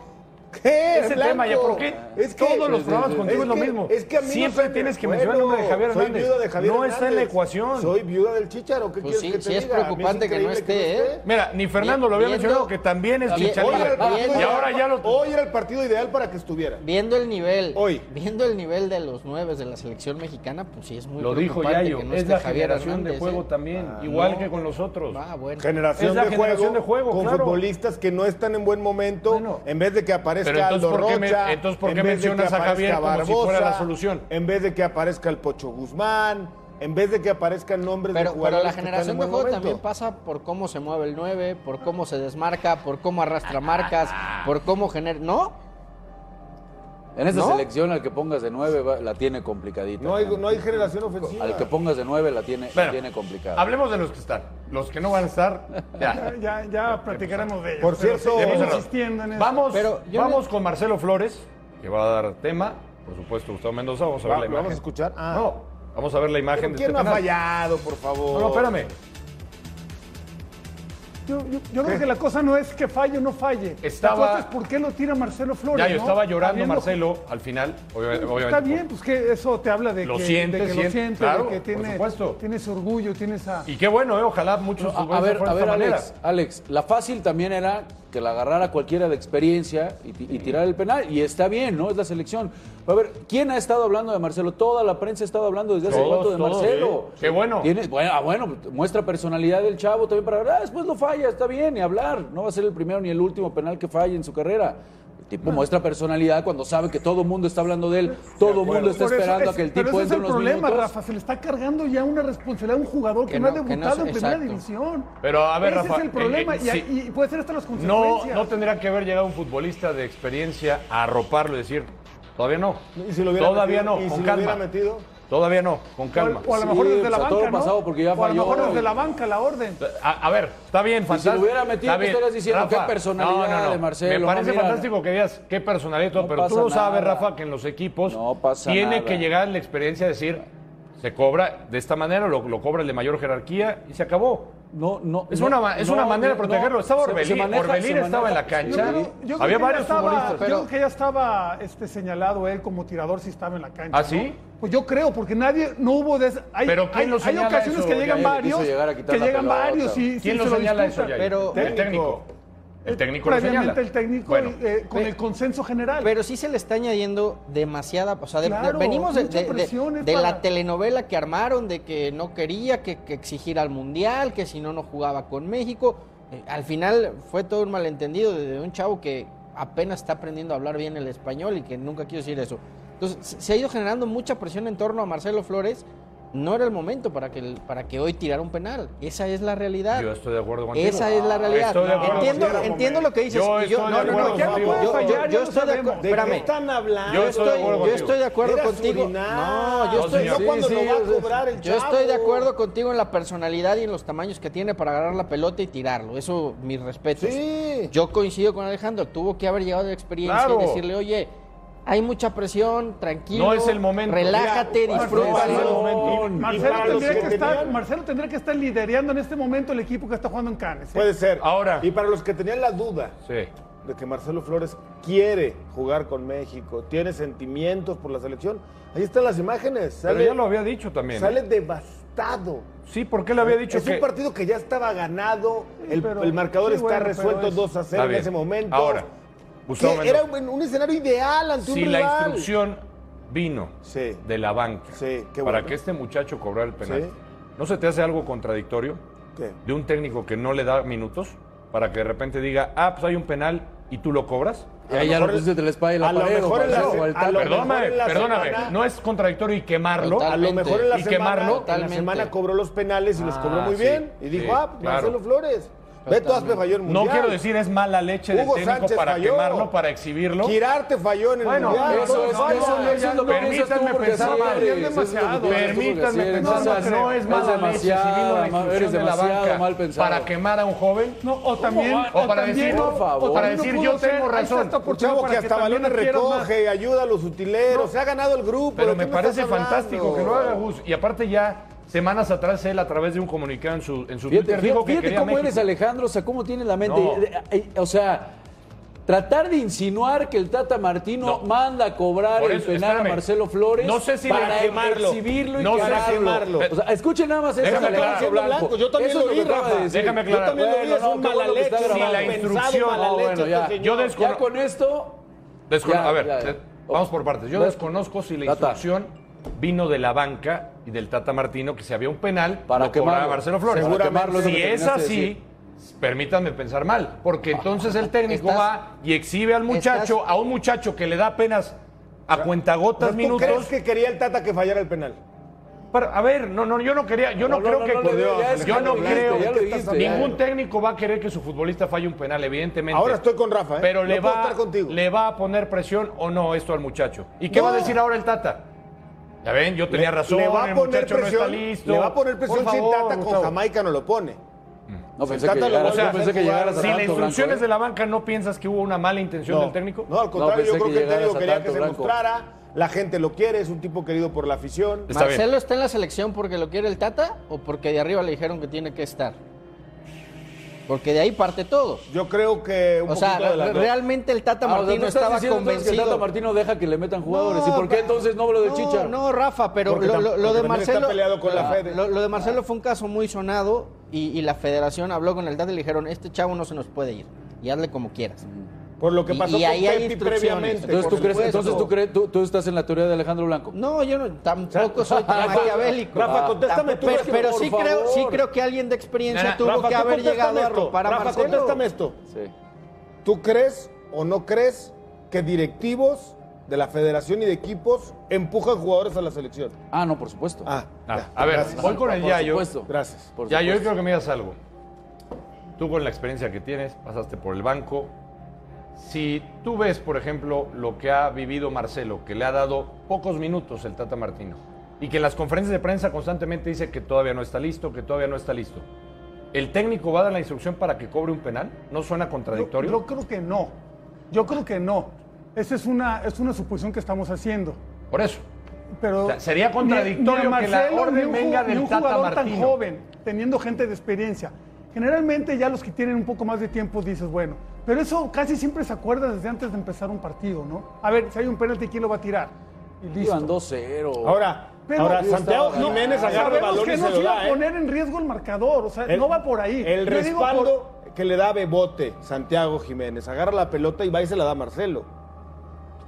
Speaker 2: ¿Qué?
Speaker 1: Ese
Speaker 2: Blanco?
Speaker 1: tema ya, ¿por qué?
Speaker 2: Es que
Speaker 1: todos los programas contigo es lo
Speaker 2: que-
Speaker 1: mismo.
Speaker 2: Es que a mí no
Speaker 1: Siempre
Speaker 2: se me-
Speaker 1: tienes que
Speaker 2: Bueno,
Speaker 1: mencionar el nombre de Javier
Speaker 2: soy
Speaker 1: Hernández.
Speaker 2: viuda de Javier
Speaker 1: no está en la
Speaker 2: Hernández.
Speaker 1: ecuación.
Speaker 2: Soy viuda del Chicharo. ¿Qué
Speaker 3: Pues
Speaker 2: quieres
Speaker 3: sí,
Speaker 2: que te
Speaker 3: sí es
Speaker 2: diga? A mí
Speaker 3: preocupante que no
Speaker 2: increíble
Speaker 3: esté, ¿eh?
Speaker 1: Mira, ni Fernando lo había
Speaker 3: Viendo-
Speaker 1: mencionado que también es
Speaker 3: Oye,
Speaker 1: chicharito.
Speaker 2: Hoy era el partido
Speaker 1: Y
Speaker 3: viendo-
Speaker 1: ahora ya lo.
Speaker 2: Hoy era el partido ideal para que estuviera.
Speaker 3: Viendo el nivel,
Speaker 2: Hoy.
Speaker 3: viendo el nivel de los nueves de la selección mexicana, pues sí es muy
Speaker 1: Lo dijo
Speaker 3: preocupante
Speaker 1: Yayo.
Speaker 3: que no
Speaker 1: es
Speaker 3: esté
Speaker 1: la
Speaker 3: Javier
Speaker 1: generación de
Speaker 3: Hernández,
Speaker 1: juego
Speaker 3: ¿eh?
Speaker 1: también. igual
Speaker 3: no.
Speaker 1: que con los otros.
Speaker 3: Ah, bueno.
Speaker 2: Ah, Generación,
Speaker 1: Es la
Speaker 2: de,
Speaker 1: generación
Speaker 2: juego
Speaker 1: de juego,
Speaker 2: con
Speaker 1: claro.
Speaker 2: futbolistas que no están en buen momento
Speaker 1: Bueno.
Speaker 2: en vez de que aparezca
Speaker 1: Pero entonces,
Speaker 2: Aldo
Speaker 1: ¿por qué me-
Speaker 2: Rocha,
Speaker 1: entonces, ¿por
Speaker 2: en
Speaker 1: qué
Speaker 2: vez de que
Speaker 1: mencionas a
Speaker 2: aparezca
Speaker 1: Javier como si fuera la solución?
Speaker 2: en vez de que aparezca el Pocho Guzmán en vez de que aparezcan nombres de
Speaker 3: Pero, pero
Speaker 2: jugadores que
Speaker 3: la
Speaker 2: están en
Speaker 3: generación de
Speaker 2: buen
Speaker 3: juego
Speaker 2: momento.
Speaker 3: también pasa por cómo se mueve el 9, por cómo se desmarca, por cómo arrastra marcas,
Speaker 1: Ah.
Speaker 3: por cómo genera... ¿No?
Speaker 4: En esta
Speaker 3: ¿No?
Speaker 4: selección, al que pongas de nueve va- la tiene complicadita.
Speaker 2: no hay, no hay generación ofensiva
Speaker 4: Al que pongas de nueve la tiene,
Speaker 1: Bueno,
Speaker 4: la tiene complicada.
Speaker 1: Hablemos de los que están. Los que no van a estar, ya.
Speaker 5: Ya, ya, ya platicaremos de ellos.
Speaker 2: Por
Speaker 5: pero
Speaker 2: cierto,
Speaker 5: siguen
Speaker 2: Vamos a-
Speaker 5: insistiendo en eso.
Speaker 1: Vamos,
Speaker 3: Pero yo
Speaker 1: vamos
Speaker 3: no-
Speaker 1: con Marcelo Flores, que va a dar tema. Por supuesto, Gustavo Mendoza. Vamos a ver
Speaker 2: Va-
Speaker 1: la
Speaker 2: ¿lo
Speaker 1: imagen.
Speaker 2: vamos a escuchar? Ah.
Speaker 1: No, vamos a ver la imagen
Speaker 2: ¿Pero
Speaker 1: de
Speaker 2: quién
Speaker 1: este
Speaker 2: no ha
Speaker 1: penal.
Speaker 2: fallado por favor
Speaker 1: No, no, espérame.
Speaker 5: Yo, yo- yo creo que la cosa no es que falle o no falle.
Speaker 1: Estaba-
Speaker 5: La cosa es por qué lo tira Marcelo Flores.
Speaker 1: Ya, yo
Speaker 5: ¿no?
Speaker 1: estaba llorando
Speaker 5: Habiendo-
Speaker 1: Marcelo al final. Obviamente,
Speaker 5: Está
Speaker 1: obviamente,
Speaker 5: bien, pues que eso te habla de
Speaker 1: Lo
Speaker 5: que
Speaker 1: siente,
Speaker 5: de que
Speaker 1: siente,
Speaker 5: lo siente,
Speaker 1: claro,
Speaker 5: de que
Speaker 1: por
Speaker 5: tiene,
Speaker 1: supuesto.
Speaker 5: tiene ese orgullo, tiene esa.
Speaker 1: Y qué bueno, ¿eh? ojalá muchos
Speaker 4: A- a,
Speaker 1: futbolistas
Speaker 4: ver,
Speaker 1: fueran
Speaker 4: a
Speaker 1: de
Speaker 4: ver,
Speaker 1: esta manera.
Speaker 4: Alex, Alex, la fácil también era que la agarrara cualquiera de experiencia y, ti- y tirar el penal. Y está bien, ¿no? Es la selección. A ver, ¿quién ha estado hablando de Marcelo? Toda la prensa ha estado hablando desde hace
Speaker 1: Todos,
Speaker 4: cuánto de
Speaker 1: todos,
Speaker 4: Marcelo.
Speaker 1: sí. Qué bueno.
Speaker 4: Tiene- bueno, ah, bueno, muestra personalidad del chavo también para hablar. Ah, después lo falla, está bien, y hablar. No va a ser el primero ni el último penal que falle en su carrera. El tipo muestra personalidad cuando sabe que todo el mundo está hablando de él, todo el mundo está
Speaker 5: Por eso
Speaker 4: esperando
Speaker 5: es-
Speaker 4: a que el
Speaker 5: pero
Speaker 4: tipo
Speaker 5: ese es
Speaker 4: entre
Speaker 5: el
Speaker 4: unos
Speaker 5: problema,
Speaker 4: minutos.
Speaker 5: Rafa. Se le está cargando ya una responsabilidad a un jugador que,
Speaker 3: Que
Speaker 5: no, ha
Speaker 3: no- que no
Speaker 5: debutado
Speaker 3: es-
Speaker 5: en primera
Speaker 3: exacto.
Speaker 5: división.
Speaker 1: Pero, a ver,
Speaker 5: Ese
Speaker 1: Rafa,
Speaker 5: es el problema
Speaker 1: eh, eh,
Speaker 5: y,
Speaker 1: sí.
Speaker 5: y- y puede ser hasta las
Speaker 1: No,
Speaker 5: consecuencias.
Speaker 1: no tendría que haber llegado un futbolista de experiencia a arroparlo y decir, todavía no.
Speaker 2: ¿Y si lo hubiera
Speaker 1: todavía
Speaker 2: metido?
Speaker 1: no,
Speaker 2: ¿Y
Speaker 1: con
Speaker 2: si lo
Speaker 1: calma.
Speaker 2: hubiera metido?
Speaker 1: Todavía no, con
Speaker 5: O a-
Speaker 1: calma.
Speaker 5: O a lo
Speaker 4: Sí,
Speaker 5: mejor desde la
Speaker 4: pues, a todo
Speaker 5: banca, ¿no?
Speaker 4: pasado porque ya
Speaker 5: O a lo
Speaker 4: falló
Speaker 5: mejor
Speaker 4: y-
Speaker 5: desde la banca la orden.
Speaker 1: A, a ver, está bien,
Speaker 4: si
Speaker 1: fantástico.
Speaker 4: lo hubiera metido,
Speaker 1: Está
Speaker 4: ¿qué
Speaker 1: bien.
Speaker 4: estarías diciendo?
Speaker 1: Rafa,
Speaker 4: Qué personalidad de Marcelo,
Speaker 1: Me
Speaker 4: no,
Speaker 1: parece
Speaker 4: mira.
Speaker 1: fantástico que veas qué personalidad, y todo,
Speaker 4: No
Speaker 1: pero tú
Speaker 4: pasa
Speaker 1: lo sabes,
Speaker 4: nada.
Speaker 1: Rafa, que en los equipos
Speaker 4: No pasa
Speaker 1: tiene
Speaker 4: nada.
Speaker 1: que llegar la experiencia a decir, se cobra de esta manera, lo, lo cobra el de mayor jerarquía y se acabó.
Speaker 4: No, no.
Speaker 1: Es
Speaker 4: no,
Speaker 1: una, ma- es una
Speaker 4: no,
Speaker 1: manera de
Speaker 4: no,
Speaker 1: protegerlo. estaba
Speaker 4: se- se
Speaker 1: Orbelín,
Speaker 4: maneja-
Speaker 1: Orbelín
Speaker 4: se
Speaker 1: estaba en la
Speaker 4: maneja-
Speaker 1: cancha.
Speaker 4: Sí.
Speaker 5: creo- creo
Speaker 1: Había
Speaker 5: que ya
Speaker 1: varios
Speaker 5: estaba-
Speaker 1: futbolistas.
Speaker 5: Yo creo que ya estaba este, señalado él como tirador si estaba en la cancha.
Speaker 1: ¿Ah,
Speaker 5: ¿no?
Speaker 1: sí?
Speaker 5: Pues yo creo, porque nadie, no hubo... des- hay,
Speaker 1: ¿Pero quién
Speaker 5: hay-
Speaker 1: lo
Speaker 5: hay
Speaker 1: señala
Speaker 5: ocasiones
Speaker 1: eso,
Speaker 5: que
Speaker 1: Yael?
Speaker 5: llegan
Speaker 1: Le
Speaker 5: varios,
Speaker 4: quiso llegar a quitar
Speaker 5: que
Speaker 4: la
Speaker 5: llegan
Speaker 4: pelota.
Speaker 5: varios y sí
Speaker 1: ¿Quién
Speaker 5: se
Speaker 1: lo señala eso,
Speaker 5: disputan.
Speaker 1: Yair?
Speaker 3: pero-
Speaker 1: el técnico. El técnico lo señala.
Speaker 5: Previamente el técnico
Speaker 1: Bueno,
Speaker 5: eh, con
Speaker 3: Pe-
Speaker 5: el consenso general.
Speaker 3: Pero sí se le está añadiendo demasiada, o sea, de- de-
Speaker 5: Claro,
Speaker 3: venimos de,
Speaker 5: mucha
Speaker 3: de- de-
Speaker 5: presión es
Speaker 3: de
Speaker 5: para-
Speaker 3: la telenovela que armaron, de que no quería que, que exigiera al Mundial, que si no, no jugaba con México. Eh, al final fue todo un malentendido de, de un chavo que apenas está aprendiendo a hablar bien el español y que nunca quiso decir eso. Entonces, se ha ido generando mucha presión en torno a Marcelo Flores. No era el momento para que, el- para que hoy tirara un penal. Esa es la realidad.
Speaker 1: Yo estoy de acuerdo contigo.
Speaker 3: Esa es la realidad.
Speaker 1: Estoy de acuerdo
Speaker 3: entiendo,
Speaker 1: contigo.
Speaker 3: entiendo lo que dices.
Speaker 1: Yo
Speaker 3: y
Speaker 1: estoy de
Speaker 3: no, no, no,
Speaker 1: acuerdo
Speaker 5: ya no
Speaker 1: contigo.
Speaker 5: puedes
Speaker 3: yo-
Speaker 5: fallar,
Speaker 3: yo-
Speaker 5: ya
Speaker 3: yo
Speaker 5: no
Speaker 3: estoy de
Speaker 5: sabemos.
Speaker 3: acuerdo.
Speaker 2: ¿De qué
Speaker 3: Espérame.
Speaker 2: están hablando?
Speaker 1: Yo
Speaker 3: Yo
Speaker 1: estoy
Speaker 3: estoy,
Speaker 1: de acuerdo
Speaker 3: yo
Speaker 1: contigo.
Speaker 3: estoy de acuerdo
Speaker 2: Era
Speaker 3: contigo.
Speaker 2: Surinam.
Speaker 3: No, yo estoy,
Speaker 1: señor.
Speaker 2: Yo cuando
Speaker 4: Sí,
Speaker 2: lo
Speaker 4: sí,
Speaker 2: va a
Speaker 4: yo-
Speaker 2: cobrar el
Speaker 3: yo estoy de
Speaker 2: chavo.
Speaker 3: acuerdo contigo en la personalidad y en los tamaños que tiene para agarrar la pelota y tirarlo. Eso, mis respetos.
Speaker 2: Sí.
Speaker 3: Yo coincido con Alejandro. Tuvo que haber llegado de experiencia
Speaker 1: Claro.
Speaker 3: y decirle, oye, hay mucha presión, tranquilo.
Speaker 1: No es el momento.
Speaker 3: Relájate,
Speaker 2: Mira,
Speaker 3: disfrútalo.
Speaker 1: Marcelo,
Speaker 5: Marcelo
Speaker 2: para los
Speaker 5: tendría,
Speaker 2: que
Speaker 5: que estar,
Speaker 2: tenían-
Speaker 5: Marcelo tendría que estar liderando en este momento el equipo que está jugando en Cannes. ¿eh?
Speaker 2: Puede ser.
Speaker 1: Ahora.
Speaker 2: Y para los que tenían la duda
Speaker 1: Sí.
Speaker 2: de que Marcelo Flores quiere jugar con México, tiene sentimientos por la selección, ahí están las imágenes.
Speaker 1: Pero
Speaker 2: Sale,
Speaker 1: ya lo había dicho también. ¿eh?
Speaker 2: sale devastado.
Speaker 1: Sí, porque le había dicho
Speaker 2: es
Speaker 1: que...
Speaker 2: un partido que ya estaba ganado,
Speaker 5: Sí,
Speaker 2: el,
Speaker 5: pero-
Speaker 2: el marcador
Speaker 5: sí,
Speaker 2: está
Speaker 5: bueno, pero
Speaker 2: resuelto
Speaker 5: es-
Speaker 2: 2 a 0
Speaker 1: Está
Speaker 2: en
Speaker 1: bien.
Speaker 2: ese momento.
Speaker 1: Ahora, Gustavo
Speaker 2: Que
Speaker 1: Mendoza.
Speaker 2: era un, un escenario ideal ante
Speaker 1: si
Speaker 2: un
Speaker 1: la
Speaker 2: rival.
Speaker 1: instrucción vino
Speaker 2: Sí.
Speaker 1: de la banca
Speaker 2: Sí, qué
Speaker 1: para
Speaker 2: bueno.
Speaker 1: que este muchacho cobrara el penal,
Speaker 2: Sí.
Speaker 1: ¿no se te hace algo contradictorio
Speaker 2: ¿Qué?
Speaker 1: de un técnico que no le da minutos para que de repente diga, ah, pues hay un penal y tú lo cobras?
Speaker 2: A lo
Speaker 4: Ahí ya
Speaker 2: mejor
Speaker 4: lo pusiste
Speaker 2: el-
Speaker 4: entre la espalda y
Speaker 2: a
Speaker 4: la
Speaker 2: lo
Speaker 4: pared.
Speaker 2: mejor
Speaker 4: o
Speaker 2: en la-
Speaker 4: para- o al
Speaker 2: a lo
Speaker 4: taco.
Speaker 1: Perdóname,
Speaker 2: mejor en la
Speaker 1: perdóname,
Speaker 2: semana-
Speaker 1: no es contradictorio y quemarlo.
Speaker 2: A lo
Speaker 3: Totalmente.
Speaker 2: mejor en la,
Speaker 1: Y
Speaker 2: semana,
Speaker 1: quemarlo.
Speaker 2: en la
Speaker 3: Totalmente.
Speaker 2: semana cobró los penales y los
Speaker 1: Ah,
Speaker 2: cobró muy
Speaker 1: sí,
Speaker 2: bien. Y
Speaker 1: sí,
Speaker 2: dijo, ah,
Speaker 1: claro.
Speaker 2: Marcelo Flores. Beto Aspe falló en
Speaker 1: No
Speaker 2: Mundial.
Speaker 1: quiero decir es mala leche del
Speaker 2: Hugo
Speaker 1: técnico
Speaker 2: Sánchez
Speaker 1: para
Speaker 2: falló.
Speaker 1: quemarlo, para exhibirlo.
Speaker 2: Girarte falló en el
Speaker 1: Bueno,
Speaker 2: Mundial.
Speaker 1: eso
Speaker 2: todo
Speaker 1: es-
Speaker 2: falla.
Speaker 1: eso no es-
Speaker 4: lo que
Speaker 1: Permítanme
Speaker 4: piensas tú, porque
Speaker 1: pensar
Speaker 4: sí
Speaker 1: mal,
Speaker 4: eres,
Speaker 1: es
Speaker 4: eso es lo que
Speaker 5: demasiado.
Speaker 4: piensas,
Speaker 1: Permítanme
Speaker 4: eres,
Speaker 1: pensar,
Speaker 5: no, no
Speaker 1: no,
Speaker 5: creo.
Speaker 1: es
Speaker 5: Es
Speaker 1: mala leche, si vino la
Speaker 4: demasiado, ma-
Speaker 1: instrucción
Speaker 4: eres
Speaker 1: de la
Speaker 4: demasiado
Speaker 1: banca
Speaker 4: mal pensado.
Speaker 1: para quemar a un joven.
Speaker 5: No, o también,
Speaker 4: va?
Speaker 1: O para
Speaker 5: también,
Speaker 1: decir,
Speaker 5: no-
Speaker 4: por favor.
Speaker 5: o
Speaker 1: para
Speaker 5: también no
Speaker 1: decir,
Speaker 5: pudo
Speaker 1: yo
Speaker 5: ser,
Speaker 2: eh.
Speaker 1: tengo
Speaker 5: ahí está
Speaker 1: razón.
Speaker 5: esta
Speaker 2: Un
Speaker 5: oportunidad
Speaker 2: chavo
Speaker 5: para
Speaker 2: que hasta
Speaker 5: también
Speaker 2: balones
Speaker 5: adquieras más.
Speaker 2: recoge, ayuda a los utileros,
Speaker 5: No.
Speaker 2: se ha ganado el grupo.
Speaker 1: Pero
Speaker 2: ¿de
Speaker 1: me
Speaker 2: qué estás
Speaker 1: parece
Speaker 2: hablando?
Speaker 1: fantástico que lo haga Gus. Y aparte ya, semanas atrás, él a través de un comunicado en su, en su
Speaker 4: Fíjate,
Speaker 1: Twitter
Speaker 4: fíjate-
Speaker 1: dijo que
Speaker 4: fíjate
Speaker 1: quería
Speaker 4: cómo
Speaker 1: México.
Speaker 4: eres, Alejandro, o sea, cómo tienes la mente.
Speaker 1: No.
Speaker 4: Eh, eh, O sea, tratar de insinuar que el Tata Martino
Speaker 1: No.
Speaker 4: manda a cobrar
Speaker 1: Por
Speaker 4: el
Speaker 1: eso,
Speaker 4: penal
Speaker 1: espérame.
Speaker 4: a Marcelo Flores
Speaker 1: No sé si le-
Speaker 4: para
Speaker 2: quemarlo.
Speaker 4: exhibirlo y
Speaker 1: No sé si-
Speaker 4: quemarlo.
Speaker 2: quemarlo.
Speaker 4: O sea, escuchen nada más eso,
Speaker 1: Déjame
Speaker 4: Alejandro
Speaker 1: aclarar.
Speaker 4: Blanco.
Speaker 2: Yo también
Speaker 4: Eso
Speaker 2: lo
Speaker 4: es
Speaker 2: vi,
Speaker 4: que acaba de
Speaker 2: Rafa.
Speaker 4: decir.
Speaker 1: Déjame
Speaker 2: Yo
Speaker 1: aclarar.
Speaker 2: también lo vi,
Speaker 4: Bueno,
Speaker 2: es
Speaker 4: no,
Speaker 2: un
Speaker 4: qué
Speaker 2: mala
Speaker 4: bueno que
Speaker 2: leche.
Speaker 4: está
Speaker 2: mal
Speaker 4: grabado. Si la
Speaker 2: pensado,
Speaker 1: instrucción-
Speaker 2: mala
Speaker 1: No,
Speaker 2: leche
Speaker 4: bueno,
Speaker 2: este
Speaker 4: ya.
Speaker 2: señor.
Speaker 1: Yo
Speaker 4: Ya
Speaker 1: descono-
Speaker 4: con esto,
Speaker 1: Descono-
Speaker 4: Ya,
Speaker 1: a ver,
Speaker 4: ya, ya.
Speaker 1: eh, vamos por partes. Yo
Speaker 4: Vas-
Speaker 1: desconozco si la
Speaker 4: Tata.
Speaker 1: instrucción vino de la banca y del Tata Martino que si había un penal
Speaker 4: Para
Speaker 1: lo cobraba
Speaker 4: quemarlo.
Speaker 1: Marcelo Flores.
Speaker 4: Seguramente. Para quemarlo, es lo
Speaker 1: Si
Speaker 4: que Ah,
Speaker 1: es
Speaker 4: terminaste de
Speaker 1: así, permítanme pensar mal, porque entonces el técnico
Speaker 3: Estás-
Speaker 1: va y exhibe al muchacho,
Speaker 3: estás-
Speaker 1: a un muchacho que le da apenas a cuentagotas
Speaker 2: ¿Tú
Speaker 1: minutos.
Speaker 2: crees que quería el Tata que fallara el penal?
Speaker 1: Pero, a ver, no, no, yo no quería, yo no,
Speaker 4: No,
Speaker 1: creo
Speaker 4: no, no,
Speaker 1: que
Speaker 4: no, no,
Speaker 2: ya
Speaker 1: yo
Speaker 2: es
Speaker 1: no
Speaker 2: que lo
Speaker 1: creo,
Speaker 2: dijiste, ya lo
Speaker 1: ningún
Speaker 2: dijiste,
Speaker 1: ningún
Speaker 2: ya.
Speaker 1: técnico va a querer que su futbolista falle un penal, evidentemente.
Speaker 2: Ahora estoy con Rafa, ¿eh?
Speaker 1: Pero
Speaker 2: No
Speaker 1: le
Speaker 2: puedo
Speaker 1: va,
Speaker 2: estar contigo.
Speaker 1: le va a poner presión o no esto al muchacho. ¿Y qué
Speaker 2: No.
Speaker 1: va a decir ahora el Tata? Ya ven, yo tenía razón,
Speaker 2: le va a
Speaker 1: el
Speaker 2: poner
Speaker 1: muchacho
Speaker 2: presión,
Speaker 1: no está listo.
Speaker 2: Le va a poner
Speaker 1: Por
Speaker 2: presión
Speaker 1: favor,
Speaker 2: si el Tata
Speaker 1: Gustavo.
Speaker 2: con Jamaica no lo pone.
Speaker 4: no
Speaker 2: Si
Speaker 4: pensé
Speaker 2: el Tata
Speaker 4: que
Speaker 2: lo
Speaker 4: llegaras,
Speaker 1: volvió a
Speaker 4: yo pensé
Speaker 2: hacer
Speaker 4: que
Speaker 2: jugar,
Speaker 4: llegaras
Speaker 2: si
Speaker 4: a
Speaker 1: Si la
Speaker 4: tanto,
Speaker 1: instrucción
Speaker 4: Blanco,
Speaker 1: es
Speaker 4: ¿eh?
Speaker 1: de la banca, ¿no piensas que hubo una mala intención del técnico?
Speaker 2: No, al contrario,
Speaker 4: pensé
Speaker 2: yo creo
Speaker 4: que
Speaker 2: que el técnico
Speaker 4: llegaras a
Speaker 2: quería que
Speaker 4: tanto,
Speaker 2: se
Speaker 4: Blanco.
Speaker 2: mostrara, la gente lo quiere, es un tipo querido por la afición.
Speaker 1: Está bien.
Speaker 3: ¿Marcelo está en la selección porque lo quiere el Tata o porque de arriba le dijeron que tiene que estar? Porque de ahí parte todo.
Speaker 2: Yo creo que un
Speaker 3: O sea,
Speaker 2: poquito de
Speaker 3: re-
Speaker 2: las dos.
Speaker 3: realmente el Tata
Speaker 4: Ah, o sea,
Speaker 3: Martino
Speaker 4: ¿me estás
Speaker 3: estaba
Speaker 4: diciendo entonces que
Speaker 3: convencido.
Speaker 4: Tata Martino deja que le metan jugadores. ¿Y
Speaker 2: No,
Speaker 4: por qué
Speaker 2: pa-
Speaker 4: entonces no lo de
Speaker 3: no,
Speaker 4: Chicha?
Speaker 3: No, Rafa, pero
Speaker 2: Porque
Speaker 3: lo,
Speaker 2: tam-
Speaker 3: lo- lo
Speaker 2: porque
Speaker 3: de
Speaker 2: también está
Speaker 3: Marcelo.
Speaker 2: peleado con la
Speaker 3: Ah,
Speaker 2: Fede.
Speaker 3: Lo, lo de Marcelo fue un caso muy sonado y, y la federación habló con el Tata y le dijeron: Este chavo no se nos puede ir. Y hazle como quieras.
Speaker 2: Por lo que
Speaker 3: Y-
Speaker 2: pasó
Speaker 3: y
Speaker 2: con
Speaker 3: ahí hay
Speaker 2: Pepi
Speaker 3: instrucciones.
Speaker 2: previamente.
Speaker 4: Entonces,
Speaker 2: por
Speaker 4: ¿tú crees,
Speaker 2: supuesto.
Speaker 4: entonces ¿tú, crees, tú, tú estás en la teoría de Alejandro Blanco.
Speaker 3: No, yo no, tampoco soy maquiavélico.
Speaker 2: Rafa,
Speaker 3: Ah,
Speaker 2: contéstame
Speaker 3: tampoco-
Speaker 2: tú
Speaker 3: Pero,
Speaker 2: esto,
Speaker 3: pero
Speaker 2: por
Speaker 3: sí, creo,
Speaker 2: favor.
Speaker 3: sí creo que alguien de experiencia
Speaker 1: Nah, nah,
Speaker 3: tuvo
Speaker 2: Rafa,
Speaker 3: que
Speaker 2: tú
Speaker 3: haber
Speaker 2: contéstame
Speaker 3: llegado a
Speaker 2: esto.
Speaker 3: ropar a
Speaker 2: Rafa,
Speaker 3: Marcelo.
Speaker 2: contéstame esto.
Speaker 4: Sí.
Speaker 2: ¿Tú crees o no crees que directivos de la federación y de equipos empujan jugadores a la selección?
Speaker 4: Ah, no, por supuesto.
Speaker 2: Ah,
Speaker 1: Ah,
Speaker 2: ya,
Speaker 1: a ver,
Speaker 2: gracias.
Speaker 1: voy con el
Speaker 4: Por
Speaker 1: Yayo.
Speaker 4: supuesto.
Speaker 2: Gracias.
Speaker 4: Por
Speaker 1: Ya, yo
Speaker 4: supuesto.
Speaker 1: creo que me digas algo. Tú con la experiencia que tienes, pasaste por el banco. Si tú ves, por ejemplo, lo que ha vivido Marcelo, que le ha dado pocos minutos el Tata Martino, y que en las conferencias de prensa constantemente dice que todavía no está listo, que todavía no está listo. ¿El técnico va a dar la instrucción para que cobre un penal? ¿No suena contradictorio?
Speaker 5: Yo, yo creo que no. Yo creo que no. Esa es una, es una suposición que estamos haciendo.
Speaker 1: Por eso.
Speaker 5: Pero
Speaker 1: O sea, sería
Speaker 5: ni-
Speaker 1: contradictorio
Speaker 5: ni a
Speaker 1: que la orden
Speaker 5: ni un ju-
Speaker 1: venga
Speaker 5: ni
Speaker 1: del
Speaker 5: un
Speaker 1: Tata
Speaker 5: jugador tan
Speaker 1: Martino.
Speaker 5: joven, teniendo gente de experiencia. Generalmente ya los que tienen un poco más de tiempo dices, bueno, pero eso casi siempre se acuerda desde antes de empezar un partido, ¿no? A ver, si hay un penalti, ¿quién lo va a tirar? Y listo.
Speaker 4: Iban 2-0.
Speaker 2: Ahora,
Speaker 5: Pero-
Speaker 2: ahora
Speaker 5: Yo
Speaker 2: Santiago
Speaker 5: No,
Speaker 2: Jiménez agarra el
Speaker 5: sabemos
Speaker 2: balón
Speaker 5: que
Speaker 2: y
Speaker 5: no
Speaker 2: se
Speaker 5: se
Speaker 2: lo
Speaker 5: iba
Speaker 2: da.
Speaker 5: a
Speaker 2: ¿eh?
Speaker 5: poner en riesgo el marcador, o sea,
Speaker 2: El-
Speaker 5: no va por ahí.
Speaker 2: El
Speaker 5: Yo digo por-
Speaker 2: respaldo que le da Bebote, Santiago Jiménez, agarra la pelota y va y se la da a Marcelo.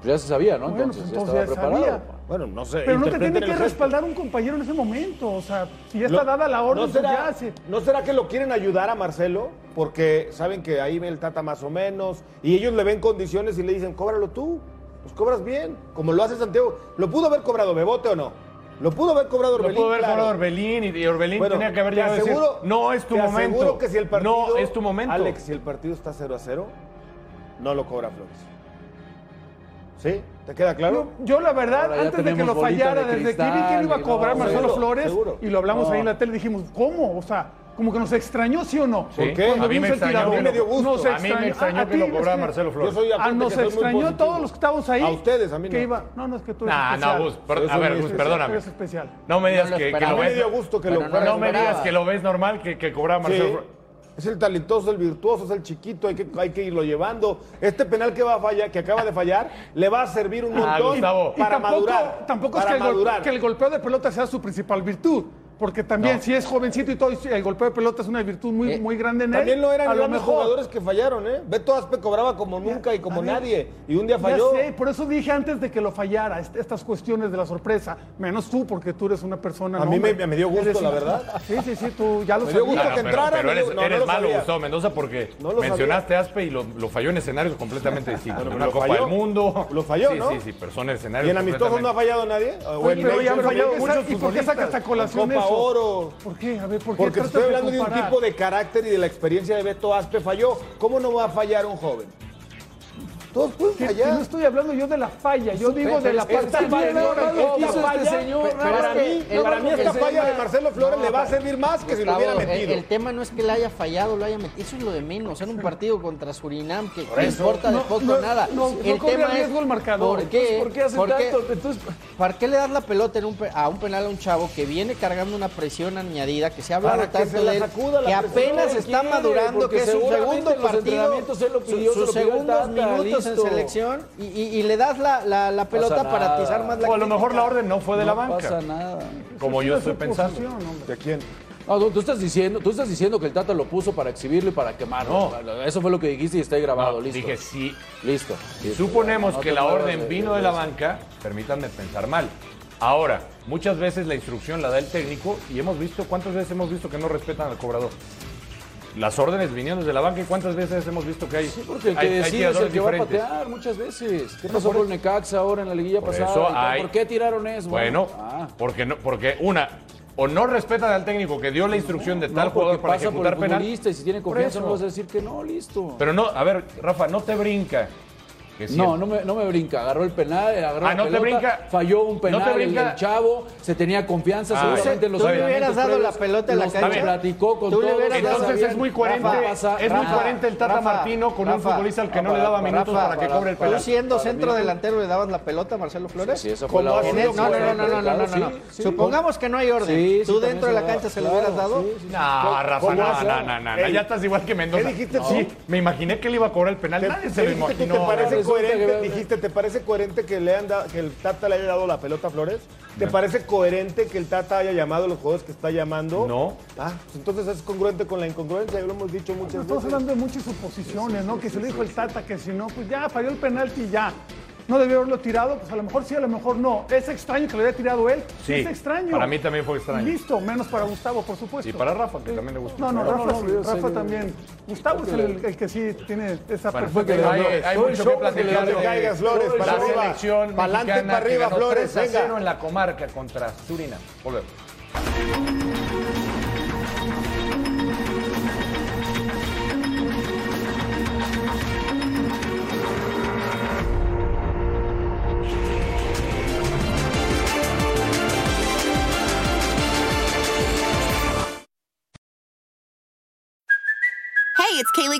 Speaker 4: Pues ya se sabía, ¿no?
Speaker 5: Bueno,
Speaker 4: Entonces,
Speaker 5: pues
Speaker 4: ya
Speaker 5: entonces
Speaker 4: estaba
Speaker 5: ya
Speaker 4: preparado.
Speaker 5: sabía.
Speaker 2: Bueno, no sé.
Speaker 5: Pero no te tiene
Speaker 2: interpreten
Speaker 5: que
Speaker 2: el gesto.
Speaker 5: respaldar un compañero en ese momento. O sea, si ya está
Speaker 2: No,
Speaker 5: dada la orden,
Speaker 2: ¿no
Speaker 5: pues
Speaker 2: será,
Speaker 5: ya se-
Speaker 2: ¿No será que lo quieren ayudar a Marcelo? Porque saben que ahí ve el Tata más o menos. Y ellos le ven condiciones y le dicen, cóbralo tú. Pues cobras bien. Como lo hace Santiago. ¿Lo pudo haber cobrado Bebote o no? ¿Lo pudo haber cobrado
Speaker 1: Lo
Speaker 2: Orbelín?
Speaker 1: pudo haber
Speaker 2: Claro.
Speaker 1: cobrado Orbelín y- y Orbelín
Speaker 2: Bueno,
Speaker 1: tenía que haber
Speaker 2: te
Speaker 1: llegado a decir,
Speaker 2: aseguro-
Speaker 1: no es tu
Speaker 2: te
Speaker 1: momento.
Speaker 2: aseguro que si el partido...
Speaker 1: No es tu momento.
Speaker 2: Alex, si el partido está 0 a 0, no lo cobra Flores. ¿Sí? ¿Te queda claro?
Speaker 5: No, yo la verdad,
Speaker 4: Ahora ya
Speaker 5: antes de que
Speaker 4: tenemos
Speaker 5: lo
Speaker 4: bolita
Speaker 5: fallara,
Speaker 4: de
Speaker 5: desde que vi
Speaker 4: cristal
Speaker 5: que lo iba a
Speaker 4: y
Speaker 5: cobrar
Speaker 4: no,
Speaker 5: Marcelo
Speaker 2: seguro,
Speaker 5: Flores,
Speaker 2: seguro.
Speaker 5: y lo hablamos
Speaker 2: No.
Speaker 5: ahí en la tele, dijimos, ¿cómo? O sea, como que nos extrañó, ¿sí o no?
Speaker 1: Sí.
Speaker 2: qué?
Speaker 5: Cuando
Speaker 1: A mí
Speaker 5: vimos
Speaker 1: me
Speaker 5: el
Speaker 1: extrañó
Speaker 5: tirador.
Speaker 1: que lo-
Speaker 5: Nos
Speaker 1: a mí me extrañó
Speaker 5: a
Speaker 1: que
Speaker 5: ti,
Speaker 1: lo
Speaker 5: es
Speaker 1: cobrara Marcelo Flores.
Speaker 2: Yo soy
Speaker 5: Ah,
Speaker 2: aparte
Speaker 5: nos
Speaker 2: que soy muy
Speaker 5: extrañó
Speaker 2: positivo.
Speaker 5: todos los que estábamos ahí.
Speaker 2: A ustedes, a mí no.
Speaker 5: Que iba, no, no, es que tú eres
Speaker 1: Nah,
Speaker 5: especial.
Speaker 1: no, Gus, per-
Speaker 2: Yo soy
Speaker 1: a ver,
Speaker 2: muy
Speaker 1: Gus,
Speaker 2: especial,
Speaker 5: Tú
Speaker 1: perdóname.
Speaker 5: eres especial.
Speaker 1: No me digas
Speaker 4: No lo
Speaker 1: que, que lo
Speaker 4: esperaba.
Speaker 2: A mí me
Speaker 1: ves.
Speaker 2: dio gusto que lo
Speaker 3: Bueno,
Speaker 2: fuera
Speaker 1: No
Speaker 2: a
Speaker 1: me
Speaker 2: cobrar.
Speaker 1: digas que lo ves normal que, que cobraba
Speaker 2: Sí.
Speaker 1: Marcelo Flores.
Speaker 2: Es el talentoso, el virtuoso, es el chiquito, hay que, hay que irlo llevando. Este penal que va a fallar, que acaba de fallar, le va a servir un
Speaker 1: Ah,
Speaker 2: montón
Speaker 1: Gustavo.
Speaker 2: para
Speaker 5: y tampoco,
Speaker 2: madurar.
Speaker 5: tampoco es
Speaker 2: para
Speaker 5: que el, gol-
Speaker 2: madurar.
Speaker 5: que el golpeo de pelota sea su principal virtud. Porque también, si es jovencito y todo, y si el golpeo de pelota es una virtud muy,
Speaker 3: Eh,
Speaker 5: muy grande en él.
Speaker 2: También no
Speaker 5: a
Speaker 2: eran
Speaker 5: lo
Speaker 2: los
Speaker 5: mejor.
Speaker 2: jugadores que fallaron, ¿eh? Beto Aspe cobraba como nunca y como
Speaker 5: a ver,
Speaker 2: nadie. Y un día
Speaker 5: Ya
Speaker 2: falló.
Speaker 5: sé, por eso dije antes de que lo fallara, est- estas cuestiones de la sorpresa. Menos tú, porque tú eres una persona.
Speaker 2: A mí
Speaker 5: hombre.
Speaker 2: me- me dio gusto,
Speaker 5: Eres
Speaker 2: la
Speaker 5: una-
Speaker 2: verdad.
Speaker 5: Sí, sí, sí, tú ya lo
Speaker 2: Me dio
Speaker 5: sabías.
Speaker 2: gusto
Speaker 1: Ah,
Speaker 2: que
Speaker 1: no, pero,
Speaker 2: entrara,
Speaker 1: pero
Speaker 2: no
Speaker 1: eres,
Speaker 2: lo- no, no
Speaker 1: eres
Speaker 2: lo
Speaker 1: malo,
Speaker 2: sabía.
Speaker 1: Gustavo Mendoza, porque
Speaker 2: No lo
Speaker 1: mencionaste a Aspe y lo, lo falló en escenarios completamente distintos.
Speaker 2: Bueno,
Speaker 1: En
Speaker 2: pero
Speaker 1: una
Speaker 2: lo
Speaker 1: Copa
Speaker 2: falló.
Speaker 1: del Mundo.
Speaker 2: Lo falló,
Speaker 1: sí,
Speaker 2: ¿no?
Speaker 1: Sí, sí, pero son escenarios
Speaker 2: ¿Y en amistosos no ha
Speaker 1: completamente-
Speaker 2: fallado nadie? O
Speaker 5: Oye,
Speaker 2: en
Speaker 5: pero ya
Speaker 2: Nations
Speaker 5: han
Speaker 2: falló
Speaker 5: fallado
Speaker 2: muchos
Speaker 5: muchos ¿Y por qué
Speaker 2: futbolistas.
Speaker 5: saca esta colación
Speaker 2: Copa
Speaker 5: eso?
Speaker 2: Oro.
Speaker 5: ¿Por qué? A ver, ¿por qué
Speaker 2: Porque te
Speaker 5: tratas
Speaker 2: estoy hablando de, un
Speaker 5: comparar?
Speaker 2: tipo de carácter y de la experiencia de Beto Aspe falló. ¿Cómo no va a fallar un joven? Todos pueden
Speaker 5: Que- que
Speaker 2: fallar.
Speaker 5: no estoy hablando yo de la falla, yo digo de la
Speaker 2: Esta
Speaker 5: parte
Speaker 2: falla,
Speaker 5: de oro
Speaker 2: no,
Speaker 5: que
Speaker 2: esta
Speaker 5: hizo
Speaker 2: falla,
Speaker 5: este señor.
Speaker 3: Pe- pero
Speaker 2: para
Speaker 3: es
Speaker 2: mí,
Speaker 3: que el-
Speaker 2: para mí
Speaker 3: el
Speaker 2: esta
Speaker 3: tema-
Speaker 2: falla de Marcelo Flores
Speaker 3: No,
Speaker 2: le va a
Speaker 3: pero-
Speaker 2: servir más que si lo
Speaker 3: Gustavo,
Speaker 2: hubiera
Speaker 3: el-
Speaker 2: metido.
Speaker 3: El, tema no es que la haya fallado, lo haya metido. Eso es lo de menos. Era un partido contra Surinam que que importa de
Speaker 5: No,
Speaker 3: poco
Speaker 5: no,
Speaker 3: nada.
Speaker 5: no, no
Speaker 3: el
Speaker 5: corre riesgo el marcador.
Speaker 3: ¿Por qué?
Speaker 5: Entonces, ¿por qué hace tanto? Entonces-
Speaker 3: ¿Para qué le das la pelota en un pe- a un penal a un chavo que viene cargando una presión añadida, que se ha hablado
Speaker 2: Para que
Speaker 3: tanto
Speaker 2: se la
Speaker 3: de él,
Speaker 2: sacuda la
Speaker 3: que
Speaker 2: presión.
Speaker 3: apenas
Speaker 2: No
Speaker 3: está
Speaker 6: quiere,
Speaker 3: madurando,
Speaker 6: porque
Speaker 3: que es su
Speaker 6: seguramente
Speaker 3: segundo
Speaker 6: en los
Speaker 3: partido,
Speaker 6: entrenamientos él lo pidió,
Speaker 3: sus
Speaker 6: se lo pidió al
Speaker 3: segundos
Speaker 6: Tata,
Speaker 3: minutos en
Speaker 6: listo.
Speaker 3: selección y, y- y le das la, la- la pelota para
Speaker 4: nada.
Speaker 3: atizar más la
Speaker 1: O a lo mejor la
Speaker 3: crítica.
Speaker 1: orden no fue de la banca,
Speaker 4: pasa nada.
Speaker 1: como yo estoy pensando.
Speaker 5: Posición, hombre.
Speaker 2: ¿De quién?
Speaker 4: No, tú, tú estás diciendo, tú estás diciendo que el Tata lo puso para exhibirlo y para quemarlo. Eso fue lo que dijiste y está ahí grabado,
Speaker 1: No,
Speaker 4: listo.
Speaker 1: dije, sí.
Speaker 4: Listo. listo,
Speaker 1: Suponemos
Speaker 4: ya, no
Speaker 1: que
Speaker 4: te
Speaker 1: la
Speaker 4: muevas
Speaker 1: orden vino de la banca, permítanme pensar mal. Ahora, muchas veces la instrucción la da el técnico y hemos visto, ¿cuántas veces hemos visto que no respetan al cobrador? Las órdenes vinieron desde la banca y cuántas veces hemos visto que hay.
Speaker 4: Sí, porque el que
Speaker 1: hay- hay
Speaker 4: decide es el
Speaker 1: tiradores
Speaker 4: que va a
Speaker 1: diferentes?
Speaker 4: patear muchas veces. ¿Qué pasó con Necaxa ahora en la liguilla
Speaker 1: Por
Speaker 4: pasada?
Speaker 1: eso
Speaker 4: Y todo,
Speaker 1: hay-
Speaker 4: ¿Por qué tiraron eso?
Speaker 1: Bueno,
Speaker 4: Ah.
Speaker 1: porque no, porque una, o no respetan al técnico que dio la instrucción de tal
Speaker 4: No, porque
Speaker 1: jugador para
Speaker 4: pasa por
Speaker 1: ejecutar
Speaker 4: el
Speaker 1: penal.
Speaker 4: futbolista y si tiene confianza
Speaker 1: eso.
Speaker 4: no vas a decir que no, listo.
Speaker 1: Pero no, a ver, Rafa, no te brinca. que si
Speaker 4: no,
Speaker 1: el-
Speaker 4: no me, no me brinca, agarró el penal, agarró
Speaker 1: Ah,
Speaker 4: la
Speaker 1: no te
Speaker 4: pelota,
Speaker 1: brinca.
Speaker 4: falló un penal
Speaker 1: No te
Speaker 4: el
Speaker 1: brinca.
Speaker 4: del chavo, se tenía confianza,
Speaker 1: Ah,
Speaker 4: seguramente en los
Speaker 3: Tú le
Speaker 4: entrenamientos
Speaker 3: hubieras dado la
Speaker 4: previos,
Speaker 3: pelota en la
Speaker 4: los
Speaker 3: cancha.
Speaker 4: platicó con
Speaker 3: Tú le
Speaker 4: todos,
Speaker 3: hubieras dado-
Speaker 4: sabían.
Speaker 1: Entonces es muy coherente,
Speaker 4: Rafa, pasa,
Speaker 1: es muy
Speaker 4: Rafa,
Speaker 1: coherente el Tata
Speaker 3: Rafa,
Speaker 1: Martino con un
Speaker 3: Rafa,
Speaker 1: futbolista al que no le
Speaker 4: Rafa,
Speaker 1: daba minutos
Speaker 3: Rafa,
Speaker 1: para que
Speaker 4: Rafa,
Speaker 1: cobre el
Speaker 4: Rafa,
Speaker 1: penal.
Speaker 3: ¿Tú siendo
Speaker 4: Para mí
Speaker 3: centro
Speaker 4: no.
Speaker 3: delantero le dabas la pelota a Marcelo Flores?
Speaker 4: Sí, esa fue la
Speaker 3: En
Speaker 4: orden.
Speaker 3: el- No, no, no, no, no, no, no, no.
Speaker 4: Sí, sí.
Speaker 3: Supongamos que no hay orden.
Speaker 4: Sí, sí,
Speaker 3: ¿Tú
Speaker 4: también
Speaker 3: dentro
Speaker 4: se
Speaker 3: de la
Speaker 4: lo
Speaker 3: cancha
Speaker 4: daba.
Speaker 3: se lo hubieras
Speaker 4: Claro,
Speaker 3: dado?
Speaker 4: sí, sí.
Speaker 1: No, Rafa,
Speaker 4: ¿Cómo va a
Speaker 1: no,
Speaker 4: ser?
Speaker 1: no, no, no, no, ya estás igual que Mendoza.
Speaker 2: ¿Qué dijiste tú?
Speaker 1: Sí, me imaginé que él iba a cobrar el penal. Nadie se lo
Speaker 2: ¿Dijiste que
Speaker 1: imaginó.
Speaker 2: ¿Te parece
Speaker 4: Resulta
Speaker 2: coherente?
Speaker 4: que-
Speaker 2: Dijiste, ¿te parece coherente que le han dado- que el Tata le haya dado la pelota a Flores? ¿Te parece coherente que el Tata haya llamado a los jugadores que está llamando?
Speaker 1: No.
Speaker 2: Ah, pues entonces es congruente con la incongruencia, ya lo hemos dicho muchas
Speaker 5: Estamos
Speaker 2: veces.
Speaker 5: hablando de muchas suposiciones, ¿no? Que se le dijo el Tata que si no, pues ya falló el penalti y ya. No debió haberlo tirado, pues a lo mejor sí, a lo mejor no. Es extraño que lo haya tirado él.
Speaker 1: Sí,
Speaker 5: es extraño.
Speaker 1: para mí también fue extraño.
Speaker 5: Listo, menos para Gustavo, por supuesto.
Speaker 1: Y para Rafa, que también le gustó.
Speaker 5: No, no,
Speaker 1: Pero-
Speaker 5: Rafa,
Speaker 4: no, no,
Speaker 5: sí,
Speaker 4: yo sé,
Speaker 5: Rafa
Speaker 4: yo-
Speaker 5: también. Gustavo es el, el que sí tiene esa
Speaker 1: Bueno,
Speaker 5: perfecta-
Speaker 1: hay, hay
Speaker 4: Todo el
Speaker 1: mucho
Speaker 4: show
Speaker 1: que
Speaker 4: para que le
Speaker 1: platicar.
Speaker 2: No te
Speaker 1: de-
Speaker 2: caigas, Flores,
Speaker 1: la
Speaker 2: para arriba.
Speaker 1: selección
Speaker 2: Pa'lante,
Speaker 1: mexicana
Speaker 2: para arriba,
Speaker 1: que ganó
Speaker 2: Flores,
Speaker 1: 3 a
Speaker 2: venga.
Speaker 1: 0 en la comarca contra Surinam. Volvemos.
Speaker 7: Hey, it's Kaylee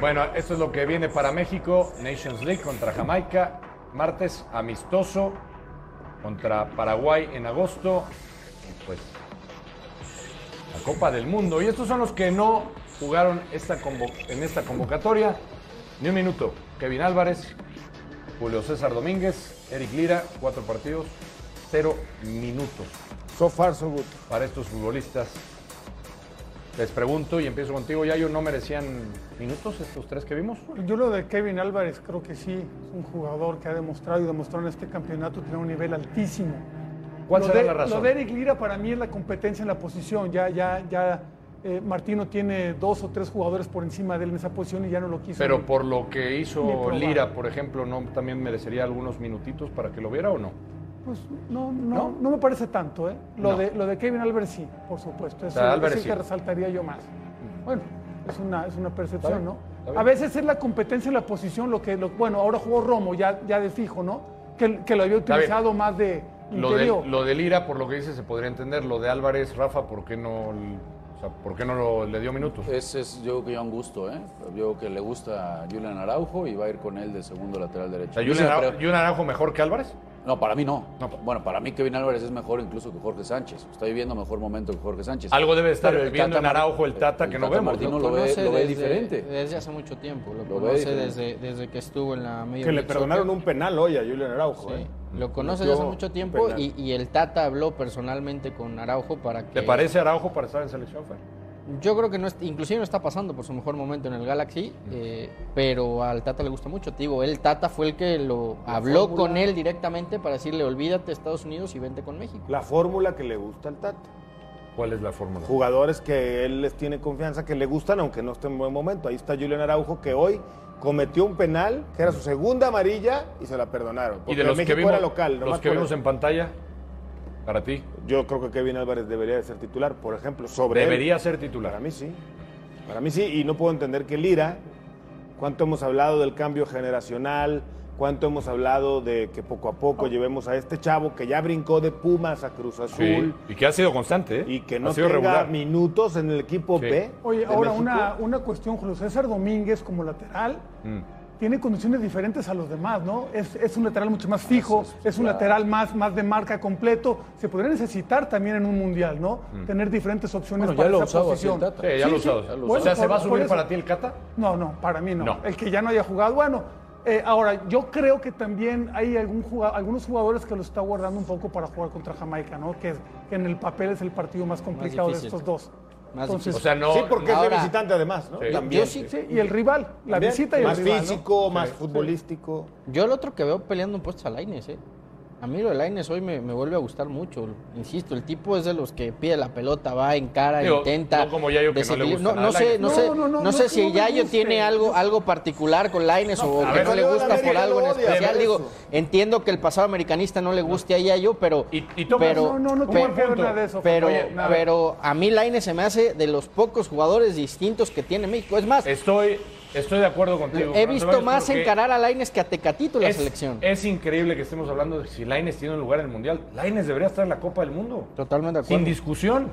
Speaker 1: Bueno, esto es lo que viene para México. Nations League contra Jamaica. martes amistoso contra Paraguay en agosto. Y, Pues la Copa del Mundo. Y estos son los que no jugaron esta convo- en esta convocatoria. Ni un minuto. Kevin Álvarez, Julio César Domínguez, Eric Lira, cuatro partidos, cero minutos
Speaker 2: So far, so good.
Speaker 1: para estos futbolistas. Les pregunto y empiezo contigo, Yayo, ¿no merecían minutos estos tres que vimos?
Speaker 5: Yo lo de Kevin Álvarez creo que sí, es un jugador que ha demostrado y demostrado en este campeonato tener un nivel altísimo.
Speaker 1: ¿Cuál
Speaker 5: Lo
Speaker 1: será
Speaker 5: de-
Speaker 1: la razón?
Speaker 5: Lo de Eric Lira para mí es la competencia en la posición. Ya, ya, ya eh, Martino tiene dos o tres jugadores por encima de él en esa posición y ya no lo quiso.
Speaker 1: Pero por lo que
Speaker 5: Ni
Speaker 1: hizo
Speaker 5: probar.
Speaker 1: Lira, por ejemplo, ¿no también merecería algunos minutitos para que lo viera o no?
Speaker 5: Pues no, no, no me parece tanto, ¿eh? Lo,
Speaker 1: No.
Speaker 5: de, lo de Kevin Álvarez sí, por supuesto. Es,
Speaker 1: O sea,
Speaker 5: el-
Speaker 1: Álvarez
Speaker 5: es el que
Speaker 1: sí.
Speaker 5: resaltaría yo más. Bueno, es una, es una percepción,
Speaker 1: bien,
Speaker 5: ¿no?
Speaker 1: está bien.
Speaker 5: A veces es la competencia en la posición lo que. Lo, bueno, ahora jugó Romo ya, ya de fijo, ¿no? Que, que lo había
Speaker 1: Está bien.
Speaker 5: utilizado más de
Speaker 1: Lo de,
Speaker 5: interior.
Speaker 1: lo de Lira, por lo que dice, se podría entender. Lo de Álvarez, Rafa, ¿por qué no, o sea, ¿por qué no lo- le dio minutos?
Speaker 4: Es, es, yo creo que ya un gusto, ¿eh? Yo creo que le gusta a Julian Araujo y va a ir con él de segundo lateral
Speaker 1: O
Speaker 4: derecho.
Speaker 1: sea,
Speaker 4: Yo sí
Speaker 1: ¿Julian Ara-
Speaker 4: creo-
Speaker 1: ¿Julian Araujo mejor que Álvarez?
Speaker 4: No, para mí no.
Speaker 1: No. pues.
Speaker 4: Bueno, para mí Kevin Álvarez es mejor incluso que Jorge Sánchez. Está viviendo mejor momento que Jorge Sánchez.
Speaker 1: Algo debe de estar
Speaker 4: Pero el
Speaker 1: viendo
Speaker 4: Tata
Speaker 1: en
Speaker 4: Mar-
Speaker 1: Araujo el Tata que no vemos,
Speaker 4: Martino
Speaker 1: ¿no?
Speaker 4: lo, ve,
Speaker 3: conoce
Speaker 4: lo ve
Speaker 3: desde-
Speaker 4: diferente.
Speaker 3: Desde hace mucho tiempo, lo,
Speaker 4: Lo ve
Speaker 3: conoce
Speaker 4: diferente.
Speaker 3: desde, desde que estuvo en la media
Speaker 6: Que le
Speaker 3: League
Speaker 6: perdonaron
Speaker 3: Soccer.
Speaker 6: un penal hoy a Julian Araujo.
Speaker 3: Sí,
Speaker 6: ¿eh?
Speaker 3: Lo conoce
Speaker 6: Metió
Speaker 3: desde hace mucho tiempo
Speaker 6: penal.
Speaker 3: y, y el Tata habló personalmente con Araujo para que...
Speaker 1: ¿Le parece Araujo para estar en selección, Fer?
Speaker 3: Yo creo que no es- inclusive no está pasando por su mejor momento en el Galaxy,
Speaker 1: Mm.
Speaker 3: eh, pero al Tata le gusta mucho. Te digo, el Tata fue el que lo habló
Speaker 6: fórmula.
Speaker 3: con él directamente para decirle, olvídate de Estados Unidos y vente con México.
Speaker 6: La fórmula que le gusta al Tata.
Speaker 1: ¿Cuál es la fórmula?
Speaker 6: Jugadores que él les tiene confianza, que le gustan, aunque no esté en buen momento. Ahí está Julian Araujo, que hoy cometió un penal, que era su segunda amarilla, y se la perdonaron.
Speaker 1: Y
Speaker 6: Porque
Speaker 1: de los
Speaker 6: México
Speaker 1: que vimos,
Speaker 6: era local.
Speaker 1: los
Speaker 6: nomás
Speaker 1: que
Speaker 6: por
Speaker 1: vimos
Speaker 6: eso.
Speaker 1: en pantalla, para ti,
Speaker 6: Yo creo que Kevin Álvarez debería de ser titular, por ejemplo, sobre él.
Speaker 1: debería ser
Speaker 6: Para
Speaker 1: titular.
Speaker 6: mí sí. Para mí sí, y no puedo entender que Lira, cuánto hemos hablado del cambio generacional, cuánto hemos hablado de que poco a
Speaker 5: Ah.
Speaker 6: poco llevemos a este chavo que ya brincó de Pumas a Cruz Azul
Speaker 1: Sí, Y que ha sido constante, ¿eh?
Speaker 6: y que
Speaker 1: Ha
Speaker 6: no
Speaker 1: sido
Speaker 6: tenga
Speaker 1: regular.
Speaker 6: minutos en el equipo
Speaker 1: Sí.
Speaker 6: B.
Speaker 5: Oye,
Speaker 6: de
Speaker 5: ahora
Speaker 6: México.
Speaker 5: una, una cuestión, Julio César Domínguez como lateral
Speaker 1: Mm.
Speaker 5: tiene condiciones diferentes a los demás, ¿no? Es, es un lateral mucho más fijo,
Speaker 4: Eso es
Speaker 5: es un
Speaker 4: claro.
Speaker 5: lateral más, más de marca completo. Se podría necesitar también en un mundial, ¿no? Tener diferentes opciones
Speaker 4: Bueno, ya
Speaker 5: para
Speaker 4: lo ha
Speaker 5: esa
Speaker 4: usado así el
Speaker 5: posición.
Speaker 4: Tata.
Speaker 1: Mm. Sí, ya
Speaker 5: Sí,
Speaker 1: lo
Speaker 5: sí.
Speaker 1: usado.
Speaker 5: Ya lo
Speaker 1: o sea,
Speaker 5: usado.
Speaker 1: ¿se va a
Speaker 5: Por-
Speaker 1: subir
Speaker 5: por
Speaker 1: para
Speaker 5: eso.
Speaker 1: ti el Cata?
Speaker 5: No, no, para mí no.
Speaker 1: No.
Speaker 5: El que ya no haya jugado. Bueno, eh, ahora, yo creo que también hay algún juga- algunos jugadores que lo está guardando un poco para jugar contra Jamaica, ¿no? Que, es- que en el papel es el partido más complicado de
Speaker 3: difícil.
Speaker 5: estos dos.
Speaker 3: Más
Speaker 5: Entonces,
Speaker 1: O sea, no.
Speaker 6: sí, porque es de
Speaker 3: Ahora-
Speaker 6: visitante además, ¿no?
Speaker 1: Sí.
Speaker 6: También.
Speaker 3: Yo sí-
Speaker 5: sí, y el rival, la
Speaker 6: También.
Speaker 5: visita y
Speaker 6: más
Speaker 5: el rival. ¿no?
Speaker 6: físico, más futbolístico.
Speaker 3: Yo el otro que veo peleando un puesto es a Lainez, ¿eh? A mí lo de Lainez hoy me, me vuelve a gustar mucho. Insisto, el tipo es de los que pide la pelota, va, encara,
Speaker 1: Digo,
Speaker 3: intenta.
Speaker 1: no como Yayo, que no le
Speaker 3: desequilibrio.
Speaker 1: gusta nada
Speaker 3: no,
Speaker 1: a
Speaker 3: sé,
Speaker 1: Lainez.
Speaker 3: no, sé,
Speaker 5: No, no, no,
Speaker 3: no
Speaker 5: no
Speaker 3: sé
Speaker 5: es que
Speaker 3: si
Speaker 5: no me
Speaker 3: Yayo
Speaker 5: guste.
Speaker 3: tiene algo, algo particular con Lainez o
Speaker 1: a
Speaker 3: que
Speaker 1: ver,
Speaker 3: no le
Speaker 6: yo de
Speaker 3: gusta por
Speaker 6: América
Speaker 3: algo en
Speaker 6: lo odio,
Speaker 3: especial.
Speaker 6: por
Speaker 3: Digo,
Speaker 6: eso.
Speaker 3: entiendo que el pasado americanista no le guste a Yayo, pero.
Speaker 1: Y- y toma-
Speaker 3: pero,
Speaker 5: No, no, no
Speaker 3: pero-
Speaker 5: tiene que ver nada de eso.
Speaker 3: pero,
Speaker 5: Oye, nada.
Speaker 3: pero a mí Lainez se me hace de los pocos jugadores distintos que tiene México. Es más,
Speaker 1: Estoy, estoy de acuerdo contigo.
Speaker 3: he
Speaker 1: Fernando
Speaker 3: visto
Speaker 1: Ceballos,
Speaker 3: más
Speaker 1: porque
Speaker 3: encarar a Lainez que a Tecatito en la
Speaker 1: es,
Speaker 3: selección.
Speaker 1: Es increíble que estemos hablando de si Laines tiene un lugar en el Mundial. Laines debería estar en la Copa del Mundo.
Speaker 3: Totalmente de acuerdo.
Speaker 1: Sin discusión.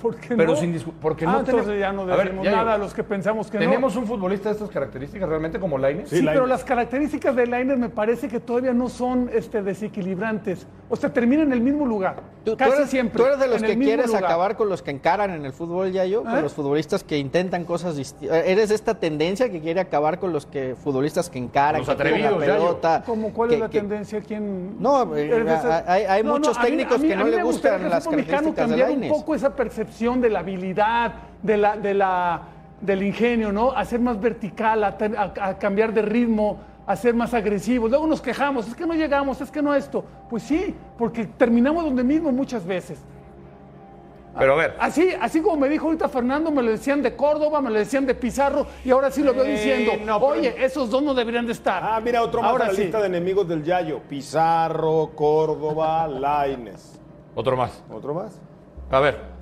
Speaker 5: ¿Por qué
Speaker 1: Pero
Speaker 5: no?
Speaker 1: sin discu- porque
Speaker 5: Ah,
Speaker 1: no
Speaker 5: entonces
Speaker 1: tenemos-
Speaker 5: ya no
Speaker 1: A ver,
Speaker 5: decimos
Speaker 1: ya
Speaker 5: nada
Speaker 1: llegó.
Speaker 5: a los que pensamos que no.
Speaker 1: ¿Tenemos un futbolista de estas características realmente como Laines?
Speaker 5: Sí, pero las características de Liner me parece que todavía no son este, desequilibrantes. O sea, termina en el mismo lugar.
Speaker 3: Tú, tú
Speaker 5: casi
Speaker 3: eres,
Speaker 5: siempre.
Speaker 3: tú eres de
Speaker 5: en
Speaker 3: los
Speaker 5: el
Speaker 3: que
Speaker 5: mismo
Speaker 3: quieres
Speaker 5: lugar.
Speaker 3: acabar con los que encaran en el fútbol, ya yo,
Speaker 5: ¿Eh?
Speaker 3: con los futbolistas que intentan cosas distintas. Eres de esta tendencia que quiere acabar con los que futbolistas que encaran,
Speaker 1: Los
Speaker 3: que tiran la
Speaker 1: atrevidos, Yayo.
Speaker 3: pelota.
Speaker 5: ¿Cómo cuál
Speaker 3: que-
Speaker 5: es la
Speaker 3: que-
Speaker 5: tendencia? ¿Quién?
Speaker 3: No, eh,
Speaker 5: ¿Eres de esas?
Speaker 3: hay- hay
Speaker 5: No, no,
Speaker 3: muchos
Speaker 5: a mí-
Speaker 3: técnicos
Speaker 5: a mí-
Speaker 3: que
Speaker 5: a
Speaker 3: no
Speaker 5: mí
Speaker 3: le
Speaker 5: me
Speaker 3: gustan
Speaker 5: gustaría que el
Speaker 3: las
Speaker 5: fútbol mexicano
Speaker 3: características de
Speaker 5: cambiara
Speaker 3: Lainez.
Speaker 5: un poco esa percepción de la habilidad, de la, de la, del ingenio, ¿no? A ser más vertical, a, ten- a- a cambiar de ritmo, a ser más agresivos. Luego nos quejamos, es que no llegamos, es que no esto. Pues sí, porque terminamos donde mismo muchas veces.
Speaker 1: Pero a ver,
Speaker 5: Así, así como me dijo ahorita Fernando, me lo decían de Córdoba, me lo decían de Pizarro, y ahora sí lo veo
Speaker 6: Eh,
Speaker 5: diciendo,
Speaker 6: no, pero-
Speaker 5: oye, esos dos no deberían de estar.
Speaker 6: Ah, mira, otro más
Speaker 5: ahora
Speaker 6: de la
Speaker 5: sí.
Speaker 6: lista de enemigos del Yayo. Pizarro, Córdoba, Laines.
Speaker 1: otro más.
Speaker 6: ¿Otro más?
Speaker 1: A ver,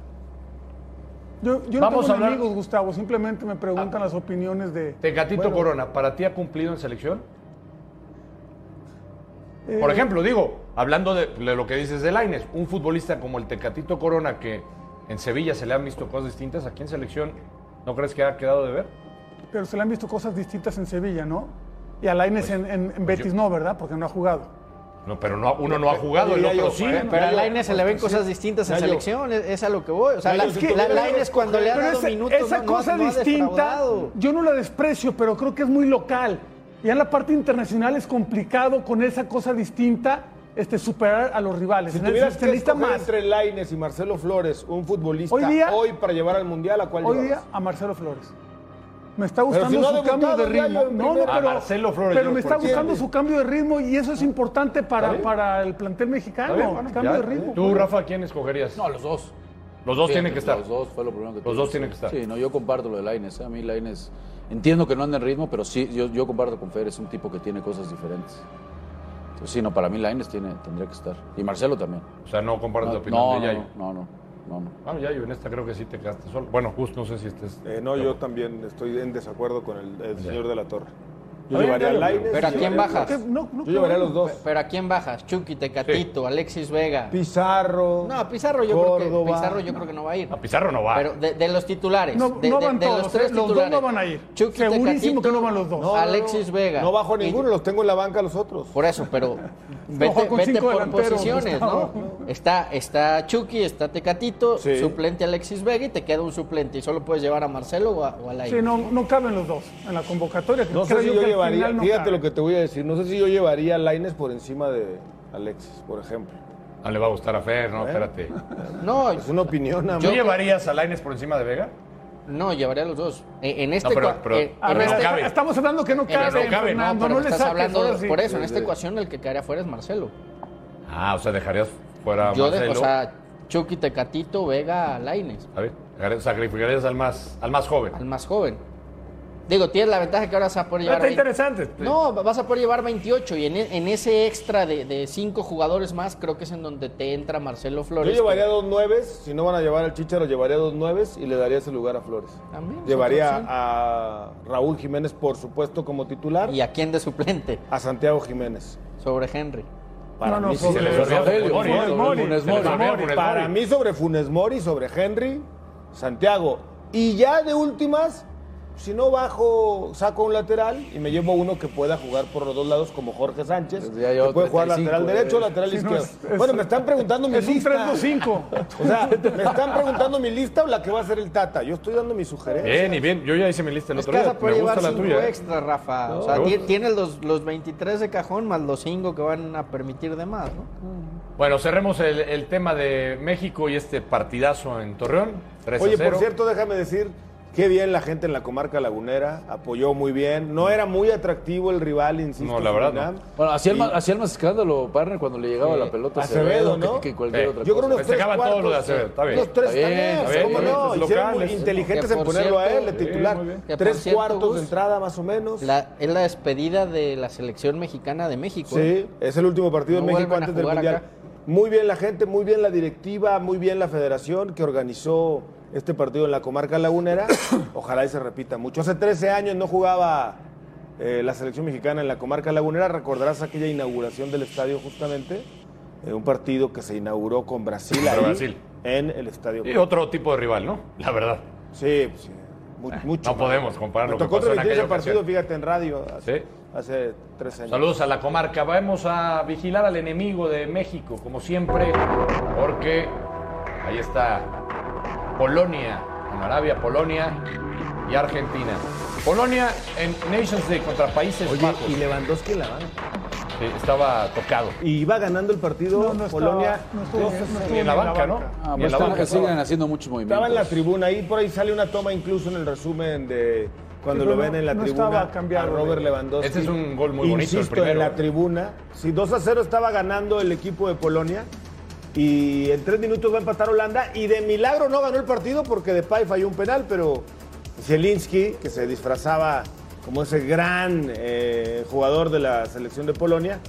Speaker 5: Yo, yo
Speaker 1: Vamos
Speaker 5: no
Speaker 1: a
Speaker 5: tengo
Speaker 1: hablar-
Speaker 5: enemigos, Gustavo, simplemente me preguntan las opiniones de...
Speaker 1: Tecatito
Speaker 5: Bueno,
Speaker 1: Corona, ¿para ti ha cumplido en selección?
Speaker 5: eh,
Speaker 1: Por ejemplo, digo, hablando de, de lo que dices de Laines, un futbolista como el Tecatito Corona, que en Sevilla se le han visto cosas distintas, aquí en selección, ¿no crees que ha quedado de ver?
Speaker 5: Pero se le han visto cosas distintas en Sevilla, ¿no? y
Speaker 1: Pues,
Speaker 5: Alaines en, en- en Betis no, ¿verdad? Porque no ha jugado.
Speaker 1: No, pero no, uno no ha jugado, el
Speaker 2: diría
Speaker 1: otro
Speaker 2: yo,
Speaker 1: sí.
Speaker 2: Juan,
Speaker 3: Pero a
Speaker 2: Gallo,
Speaker 1: pues,
Speaker 3: Lainez se le ven cosas distintas en
Speaker 2: Gallo.
Speaker 3: selección, es, es a lo que voy. O sea,
Speaker 2: Gallo,
Speaker 3: la-
Speaker 2: es
Speaker 5: que-
Speaker 3: la- Lainez cuando le ha
Speaker 5: Pero
Speaker 3: dado
Speaker 5: esa,
Speaker 3: minutos
Speaker 5: esa
Speaker 3: no- no-
Speaker 5: cosa
Speaker 3: no ha
Speaker 5: distinta,
Speaker 3: defraudado.
Speaker 5: yo no la desprecio, pero creo que es muy local. Ya en la parte internacional es complicado con esa cosa distinta este, superar a los rivales.
Speaker 2: Si
Speaker 5: En
Speaker 2: tuvieras
Speaker 5: ese-
Speaker 2: que
Speaker 5: se necesita
Speaker 2: escoger
Speaker 5: más
Speaker 2: entre Laines y Marcelo Flores, un futbolista
Speaker 5: Hoy día-
Speaker 2: hoy para llevar al Mundial, ¿a cuál
Speaker 5: hoy
Speaker 2: llevabas?
Speaker 5: día a Marcelo Flores. Me está
Speaker 2: Pero
Speaker 5: gustando
Speaker 2: si no ha
Speaker 5: su cambio de
Speaker 2: debutado ya
Speaker 5: ritmo.
Speaker 2: en
Speaker 5: No, no,
Speaker 2: primera.
Speaker 5: pero,
Speaker 1: A Marcelo Flores,
Speaker 5: pero
Speaker 1: yo
Speaker 5: me está
Speaker 1: por
Speaker 5: gustando
Speaker 2: cierto.
Speaker 5: su cambio de ritmo y eso es importante para, para el plantel mexicano.
Speaker 1: Está bien,
Speaker 5: cambio
Speaker 1: ya.
Speaker 5: de ritmo.
Speaker 1: Tú, Rafa, ¿quién escogerías?
Speaker 4: No, los dos.
Speaker 1: los dos tienen que estar.
Speaker 4: Los dos fue lo primero que
Speaker 1: Los dos tienen que estar.
Speaker 4: Sí, no, yo comparto lo de Laines. ¿eh? A mí Laines, entiendo que no anda en ritmo, pero sí, yo, yo comparto con Fer, es un tipo que tiene cosas diferentes. Entonces, sí, no, para mí Laines tiene, tendría que estar. Y Marcelo también.
Speaker 1: O sea, no compartes
Speaker 4: No,
Speaker 1: la
Speaker 4: no,
Speaker 1: opinión
Speaker 4: no,
Speaker 1: de Yayo.
Speaker 4: no, no, no, no.
Speaker 1: Bueno, Yayo, en esta creo que sí te quedaste solo. Bueno, justo no sé si estés.
Speaker 2: Eh, no, yo también estoy en desacuerdo con el, el señor de la Torre. Yo
Speaker 1: Está bien,
Speaker 2: llevaría a
Speaker 1: claro,
Speaker 2: Lainez.
Speaker 3: Pero ¿a
Speaker 2: yo
Speaker 3: quién
Speaker 2: llevaría a-
Speaker 3: bajas?
Speaker 5: Que- no, no,
Speaker 2: Yo llevaría a los dos.
Speaker 3: Pero ¿a quién bajas? Chucky, Tecatito, Alexis Vega.
Speaker 2: Pizarro.
Speaker 3: No, Pizarro yo, creo, que,
Speaker 2: Córdoba.
Speaker 3: Pizarro yo creo que no va a ir.
Speaker 1: A Pizarro no va.
Speaker 3: Pero de, de los titulares.
Speaker 5: No-
Speaker 3: de,
Speaker 5: no
Speaker 3: de-
Speaker 5: van
Speaker 3: de
Speaker 5: todos,
Speaker 3: los tres
Speaker 5: ¿eh? Los dos
Speaker 3: titulares.
Speaker 5: no van a ir.
Speaker 3: Chucky,
Speaker 5: Segurísimo
Speaker 3: Tecatito,
Speaker 5: que no van los dos. No, no,
Speaker 3: Alexis Vega.
Speaker 2: No bajo a
Speaker 3: Y-
Speaker 2: ninguno, los tengo en la banca a los otros.
Speaker 3: Por eso, pero vete,
Speaker 5: Ojo con
Speaker 3: vete
Speaker 5: cinco
Speaker 3: por
Speaker 5: delanteros,
Speaker 3: posiciones, ¿no?
Speaker 5: Gustavo.
Speaker 3: Está, está Chucky, está Tecatito,
Speaker 2: Sí.
Speaker 3: suplente Alexis Vega y te queda un suplente y solo puedes llevar a Marcelo o a, o a Lainez.
Speaker 5: Sí, no, no caben los dos en la convocatoria.
Speaker 2: No sé
Speaker 5: creo
Speaker 2: si
Speaker 5: yo
Speaker 2: yo
Speaker 5: que al
Speaker 2: llevaría,
Speaker 5: final no
Speaker 2: fíjate
Speaker 5: caben.
Speaker 2: lo que te voy a decir, no sé si yo llevaría a Laines por encima de Alexis, por ejemplo.
Speaker 1: No ah, le va a gustar a Fer, no, espérate.
Speaker 3: No,
Speaker 2: Es una opinión, nada
Speaker 1: ¿Tú
Speaker 2: más.
Speaker 1: llevarías a Laines por encima de Vega?
Speaker 3: no, llevaría a los dos. En, en este
Speaker 1: pero-
Speaker 3: cua-
Speaker 1: pero-
Speaker 3: en-
Speaker 5: A
Speaker 3: en
Speaker 5: ver,
Speaker 1: no
Speaker 3: este-
Speaker 1: cabe.
Speaker 5: estamos hablando que no
Speaker 3: en
Speaker 5: cabe,
Speaker 1: este- no cabe,
Speaker 3: No,
Speaker 5: Fernando, no,
Speaker 3: pero me
Speaker 5: le
Speaker 3: estás
Speaker 5: saques
Speaker 3: hablando
Speaker 5: ahora sí.
Speaker 3: por eso, en esta ecuación el que quedaría fuera es Marcelo.
Speaker 1: Ah, o sea, dejarías fuera a
Speaker 3: Yo dejo,
Speaker 1: Marcelo.
Speaker 3: o sea, Chucky, Tecatito, Vega, Laines,
Speaker 1: A ver, dejarías- sacrificarías al más, al más joven.
Speaker 3: al más joven. Digo, tienes la ventaja que ahora vas a poder
Speaker 1: Pero
Speaker 3: llevar
Speaker 1: Está
Speaker 3: 20.
Speaker 1: interesante.
Speaker 3: No, vas a poder llevar 28 y en, e- en ese extra de, de cinco jugadores más creo que es en donde te entra Marcelo
Speaker 2: Yo
Speaker 3: Flores.
Speaker 2: llevaría dos nueves, si no van a llevar al Chicharo, llevaría dos nueves y le daría ese lugar a Flores.
Speaker 3: También es otra
Speaker 2: Llevaría
Speaker 3: opción.
Speaker 2: a Raúl Jiménez, por supuesto, como titular,
Speaker 3: ¿Y a quién de suplente?
Speaker 2: a Santiago Jiménez.
Speaker 3: Sobre Henry.
Speaker 2: Para
Speaker 5: No, no,
Speaker 2: mí, sí
Speaker 5: sobre-
Speaker 1: Se
Speaker 2: se le-
Speaker 1: les olvidó
Speaker 4: Rogelio,
Speaker 1: Funes Mori, ¿no?
Speaker 4: Funes Mori,
Speaker 1: Se les
Speaker 4: Funes
Speaker 1: olvidó
Speaker 4: Mori.
Speaker 1: Funes
Speaker 2: para
Speaker 1: Mori.
Speaker 2: mí sobre Funes Mori, sobre Henry, Santiago. Y ya de últimas, si no bajo, saco un lateral y me llevo uno que pueda jugar por los dos lados como Jorge Sánchez,
Speaker 4: Pues ya
Speaker 2: que
Speaker 4: llevo
Speaker 2: puede jugar
Speaker 4: 35,
Speaker 2: lateral derecho o
Speaker 4: eh.
Speaker 2: lateral
Speaker 5: Sí, no,
Speaker 2: izquierdo.
Speaker 5: es- es-
Speaker 2: bueno, me están preguntando mi
Speaker 5: Es un
Speaker 2: lista.
Speaker 5: 3-2-5.
Speaker 2: O sea, me están preguntando mi lista o la que va a ser el Tata. Yo estoy dando mi sugerencia.
Speaker 1: Bien, y bien. Yo ya hice mi lista el
Speaker 3: Es
Speaker 2: Pues
Speaker 1: otro
Speaker 3: que vas
Speaker 1: día.
Speaker 3: a
Speaker 1: Me
Speaker 3: poder
Speaker 1: gusta
Speaker 3: llevar
Speaker 1: la
Speaker 3: cinco
Speaker 1: tuya. ¿eh?
Speaker 3: extra, Rafa. o sea,
Speaker 1: Me
Speaker 3: ti-
Speaker 1: gusta.
Speaker 3: tienes los, los 23 de cajón más los 5 que van a permitir de más, ¿no?
Speaker 1: Bueno, cerremos el, el tema de México y este partidazo en Torreón. 3 a
Speaker 2: Oye,
Speaker 1: 0.
Speaker 2: por cierto, déjame decir, qué bien la gente en la comarca lagunera, apoyó muy bien. No era muy atractivo el rival, insisto.
Speaker 1: No, la verdad,
Speaker 2: Surinam.
Speaker 4: Bueno, hacía el,
Speaker 2: Y-
Speaker 4: más, hacía el más escándalo, partner, cuando le llegaba
Speaker 3: Sí.
Speaker 4: la pelota a
Speaker 2: Acevedo,
Speaker 4: Acevedo,
Speaker 2: ¿no?
Speaker 4: que, que cualquier
Speaker 1: Sí.
Speaker 4: otra
Speaker 2: Yo creo
Speaker 4: cosa.
Speaker 2: unos tres
Speaker 1: Festejaban
Speaker 2: cuartos.
Speaker 1: todo lo de Acevedo, está bien.
Speaker 2: Unos tres
Speaker 4: Está bien,
Speaker 2: también,
Speaker 4: está bien,
Speaker 2: ¿cómo
Speaker 4: está bien,
Speaker 2: no?
Speaker 1: es
Speaker 2: Hicieron
Speaker 1: local,
Speaker 2: muy
Speaker 1: es-
Speaker 2: inteligentes
Speaker 3: que
Speaker 2: en
Speaker 3: por
Speaker 2: ponerlo a él, de
Speaker 3: cierto,
Speaker 4: eh,
Speaker 3: sí,
Speaker 2: titular.
Speaker 1: muy bien.
Speaker 3: Que por
Speaker 2: tres
Speaker 3: cierto,
Speaker 2: cuartos
Speaker 3: Gus,
Speaker 2: de entrada, más o menos.
Speaker 3: La- es la despedida de la selección mexicana de México. ¿eh?
Speaker 2: Sí, es el último partido
Speaker 3: No
Speaker 2: de México
Speaker 3: vuelven a
Speaker 2: antes del
Speaker 3: jugar
Speaker 2: Mundial.
Speaker 3: acá.
Speaker 2: Muy bien la gente, muy bien la directiva, muy bien la federación que organizó este partido en la comarca lagunera. Ojalá y se repita mucho. Hace 13 años no jugaba eh, la selección mexicana en la comarca lagunera. Recordarás aquella inauguración del estadio justamente. eh, un partido que se inauguró con Brasil,
Speaker 1: Contra
Speaker 2: ahí,
Speaker 1: Brasil.
Speaker 2: en el estadio.
Speaker 1: Y otro tipo de rival, ¿no? La verdad.
Speaker 2: Sí, pues, sí, mu- mucho.
Speaker 1: no podemos comparar
Speaker 2: Me
Speaker 1: lo que
Speaker 2: tocó
Speaker 1: pasó en
Speaker 2: transmitir
Speaker 1: aquella
Speaker 2: ese partido,
Speaker 1: ocasión.
Speaker 2: fíjate, en radio hace,
Speaker 1: Sí.
Speaker 2: hace 13 años.
Speaker 1: Saludos a la comarca. Vamos a vigilar al enemigo de México, como siempre, porque ahí está Polonia, en Arabia, Polonia y Argentina. Polonia en Nations League contra Países Bajos.
Speaker 2: Lewandowski en la banca.
Speaker 1: Sí, estaba tocado.
Speaker 2: Y iba ganando el partido
Speaker 5: No, no estaba-
Speaker 2: Polonia.
Speaker 5: no estuvo-
Speaker 2: dos
Speaker 5: no
Speaker 2: a
Speaker 5: estuvo
Speaker 2: cero.
Speaker 1: Ni en la banca, ¿no?
Speaker 4: Ah,
Speaker 1: Ni en
Speaker 4: pues
Speaker 1: la
Speaker 4: están-
Speaker 1: banca.
Speaker 4: siguen haciendo mucho movimiento.
Speaker 2: Estaba en la tribuna ahí, por ahí sale una toma incluso en el resumen de cuando
Speaker 5: Sí,
Speaker 2: lo
Speaker 5: pero
Speaker 2: ven
Speaker 5: no-
Speaker 2: en la
Speaker 5: no
Speaker 2: tribuna
Speaker 5: estaba cambiado
Speaker 2: a Robert
Speaker 5: de-
Speaker 2: Lewandowski.
Speaker 1: Ese Este es un gol muy bonito, el
Speaker 2: Insisto,
Speaker 1: primero,
Speaker 2: en
Speaker 1: ¿eh?
Speaker 2: la tribuna. Si 2 a 0 estaba ganando el equipo de Polonia y en tres minutos va a empatar Holanda y de milagro no ganó el partido porque Depay falló un penal, pero Zielinski, que se disfrazaba como ese gran eh, jugador de la selección de Polonia,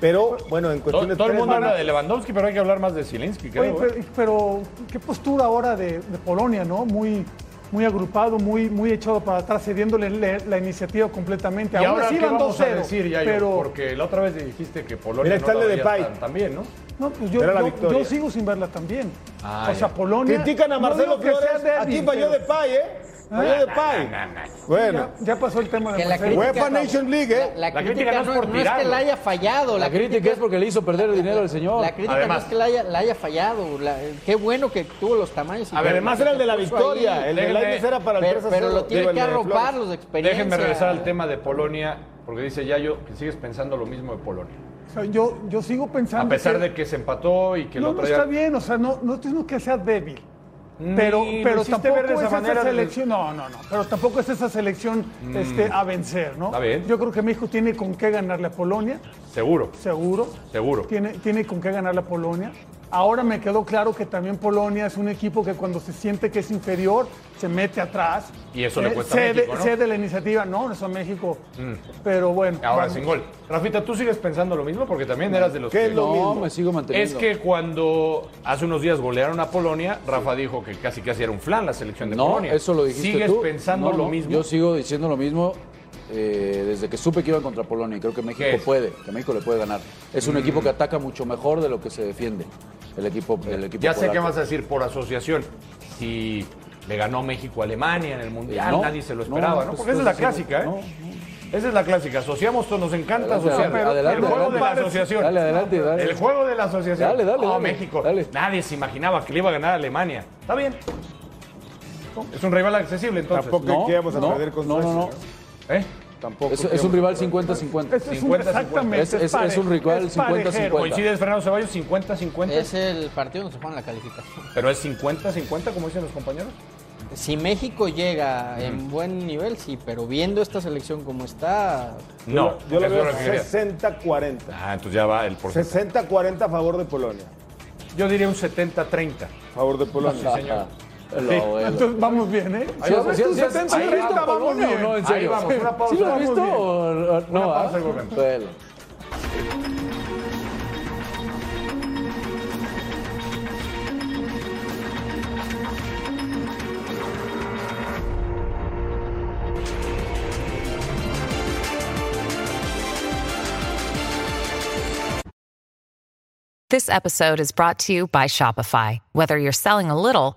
Speaker 2: pero bueno,
Speaker 5: Pues
Speaker 2: en
Speaker 1: Todo,
Speaker 2: cuestiones
Speaker 1: todo el mundo
Speaker 2: tres-
Speaker 1: habla de Lewandowski, pero hay que hablar más de Zielinski, creo.
Speaker 5: Oye,
Speaker 1: ¿eh?
Speaker 5: pero, pero qué postura ahora de, de Polonia, ¿no? Muy, muy agrupado, muy, muy echado para atrás, cediéndole la, la iniciativa completamente.
Speaker 1: Y
Speaker 5: Aún
Speaker 1: ahora,
Speaker 5: así
Speaker 1: ¿qué
Speaker 5: van
Speaker 1: vamos a
Speaker 5: 2-0,
Speaker 1: decir, Yayo?
Speaker 5: pero
Speaker 1: Porque la otra vez dijiste que Polonia
Speaker 2: Mira,
Speaker 1: no
Speaker 2: está el
Speaker 1: la
Speaker 2: de
Speaker 1: veías
Speaker 2: Depay.
Speaker 1: tan, tan bien, ¿no?
Speaker 5: no, pues yo,
Speaker 2: Era la
Speaker 5: yo-
Speaker 2: victoria.
Speaker 5: yo sigo sin verla también.
Speaker 1: Ah,
Speaker 5: o sea,
Speaker 1: ya.
Speaker 5: Polonia.
Speaker 2: Critican a
Speaker 5: no
Speaker 2: Marcelo
Speaker 5: digo que sea
Speaker 2: Flores,
Speaker 5: débil,
Speaker 2: aquí falló
Speaker 5: pero- ¿Ah?
Speaker 2: Depay, ¿eh?
Speaker 6: Oye, de pay. Bueno,
Speaker 5: Ya, ya pasó el tema de
Speaker 3: Que la
Speaker 5: Marcelo.
Speaker 3: crítica-
Speaker 6: UEFA Nation League, ¿eh?
Speaker 3: La,
Speaker 1: La
Speaker 3: la
Speaker 1: crítica
Speaker 3: crítica,
Speaker 1: no
Speaker 3: no
Speaker 1: es
Speaker 3: no es
Speaker 1: por tirarlo.
Speaker 3: que la haya fallado.
Speaker 4: La crítica es porque le hizo perder el dinero al señor.
Speaker 3: La crítica
Speaker 1: Además.
Speaker 3: no es que la haya, la haya fallado. la- qué bueno que tuvo los tamaños. y
Speaker 1: A ver,
Speaker 3: que-
Speaker 6: Además era el de la
Speaker 3: que puso
Speaker 6: victoria.
Speaker 3: ahí.
Speaker 6: el de
Speaker 1: déjenme-
Speaker 6: Lainez era para el
Speaker 3: pero,
Speaker 6: 3 a
Speaker 3: pero
Speaker 6: 0,
Speaker 3: lo tiene
Speaker 6: digo,
Speaker 3: que
Speaker 6: el de
Speaker 3: arropar
Speaker 6: Flores.
Speaker 3: los de experiencia.
Speaker 1: Déjenme regresar al tema de Polonia, porque dice Yayo que sigues pensando lo mismo de Polonia.
Speaker 5: O sea, yo, yo sigo pensando.
Speaker 1: A pesar de que se empató y que el
Speaker 5: no, no
Speaker 1: otro
Speaker 5: está
Speaker 1: día...
Speaker 5: bien, o sea, no, no estoy diciendo que sea débil. Pero,
Speaker 1: Ni lo
Speaker 5: pero
Speaker 1: hiciste
Speaker 5: tampoco
Speaker 1: ver de
Speaker 5: es
Speaker 1: esa
Speaker 5: esa
Speaker 1: manera. Mm.
Speaker 5: selección. No, no, no. Pero tampoco es esa selección este, a vencer, ¿no?
Speaker 1: Está bien.
Speaker 5: Yo creo que México tiene con qué ganarle a Polonia,
Speaker 1: Seguro,
Speaker 5: seguro.
Speaker 1: seguro.
Speaker 5: Tiene, tiene con qué ganarle a Polonia. Ahora me quedó claro que también Polonia es un equipo que cuando se siente que es inferior, se mete atrás.
Speaker 1: Y eso le cuesta a
Speaker 5: cede,
Speaker 1: México, ¿no?
Speaker 5: cede la iniciativa. No, eso a México. Pero bueno.
Speaker 1: Mm. Ahora
Speaker 5: vamos.
Speaker 1: sin gol. Rafita, ¿tú sigues pensando lo mismo? Porque también eras de los
Speaker 6: ¿Qué
Speaker 1: que...
Speaker 6: es lo
Speaker 4: No,
Speaker 6: mismo?
Speaker 4: me sigo
Speaker 1: Es
Speaker 4: manteniendo.
Speaker 1: que cuando hace unos días golearon a Polonia, Rafa dijo que casi casi era un flan la selección de
Speaker 4: no,
Speaker 1: Polonia.
Speaker 4: eso lo dijiste
Speaker 1: ¿Sigues
Speaker 4: tú.
Speaker 1: pensando
Speaker 4: No,
Speaker 1: lo
Speaker 4: no,
Speaker 1: mismo?
Speaker 4: Yo sigo diciendo lo mismo eh, desde que supe que iban contra Polonia y creo que México
Speaker 1: ¿Qué es? Mm.
Speaker 4: puede, que México le puede ganar. Es un equipo que ataca mucho mejor de lo que se defiende. El equipo, el equipo
Speaker 1: Ya sé
Speaker 4: polaco.
Speaker 1: qué vas a decir por asociación. Si le ganó México a Alemania en el Mundial,
Speaker 4: Eh, no.
Speaker 1: nadie se lo
Speaker 4: No,
Speaker 1: esperaba, ¿no?
Speaker 4: pues,
Speaker 1: Porque esa es la
Speaker 4: entonces,
Speaker 1: clásica, ¿eh?
Speaker 4: no, no.
Speaker 1: Esa es la clásica. Asociamos, todo, nos encanta
Speaker 4: Adelante,
Speaker 1: asociar.
Speaker 4: adelante,
Speaker 1: el juego
Speaker 4: adelante.
Speaker 1: de la asociación.
Speaker 4: Dale, adelante, dale.
Speaker 1: El juego de la asociación. Oh,
Speaker 4: Dale, dale,
Speaker 1: No,
Speaker 4: dale,
Speaker 1: México.
Speaker 4: dale.
Speaker 1: Nadie se imaginaba que le iba a ganar a Alemania. Está bien. Es un rival accesible, entonces.
Speaker 6: Tampoco
Speaker 4: No,
Speaker 6: que íbamos a
Speaker 4: no,
Speaker 6: perder con
Speaker 4: no, no,
Speaker 6: Suecia,
Speaker 4: no.
Speaker 1: ¿Eh?
Speaker 6: Tampoco
Speaker 4: Es,
Speaker 6: que
Speaker 4: es un
Speaker 6: íbamos a
Speaker 4: rival
Speaker 6: perder.
Speaker 4: 50-50.
Speaker 5: Este es un-
Speaker 1: 50-50.
Speaker 5: exactamente.
Speaker 4: Es- es-
Speaker 5: pare-
Speaker 4: es un rival 50-50.
Speaker 5: parejero.
Speaker 1: ¿Coincides, Fernando Ceballos, 50-50?
Speaker 3: Es el partido donde se juega la calificación.
Speaker 1: Pero es 50-50, como dicen los compañeros.
Speaker 3: Si México llega en buen nivel, sí, pero viendo esta selección como está,
Speaker 1: No,
Speaker 6: Yo lo
Speaker 1: eso
Speaker 6: veo
Speaker 1: es lo que quería.
Speaker 6: 60-40.
Speaker 1: Ah, entonces ya va el porcentaje.
Speaker 6: 60-40 a favor de Polonia.
Speaker 1: Yo diría un 70-30.
Speaker 6: A favor de Polonia.
Speaker 1: señor.
Speaker 4: El
Speaker 1: Sí.
Speaker 4: abuelo.
Speaker 5: Entonces vamos bien, ¿eh?
Speaker 4: Sí, o sea,
Speaker 5: Vamos
Speaker 4: sí,
Speaker 5: tú,
Speaker 4: sí, sí,
Speaker 5: 70,
Speaker 4: sí,
Speaker 5: ahí
Speaker 4: sí,
Speaker 5: está,
Speaker 4: vamos,
Speaker 5: vamos bien.
Speaker 4: no, en
Speaker 1: Ahí
Speaker 4: serio.
Speaker 1: vamos, una pausa,
Speaker 4: ¿Sí lo has
Speaker 1: vamos
Speaker 4: visto
Speaker 1: bien.
Speaker 4: o o- no?
Speaker 1: Una
Speaker 4: ah?
Speaker 1: pausa y volvemos.
Speaker 4: Bueno.
Speaker 8: This episode is brought to you by Shopify. Whether you're selling a little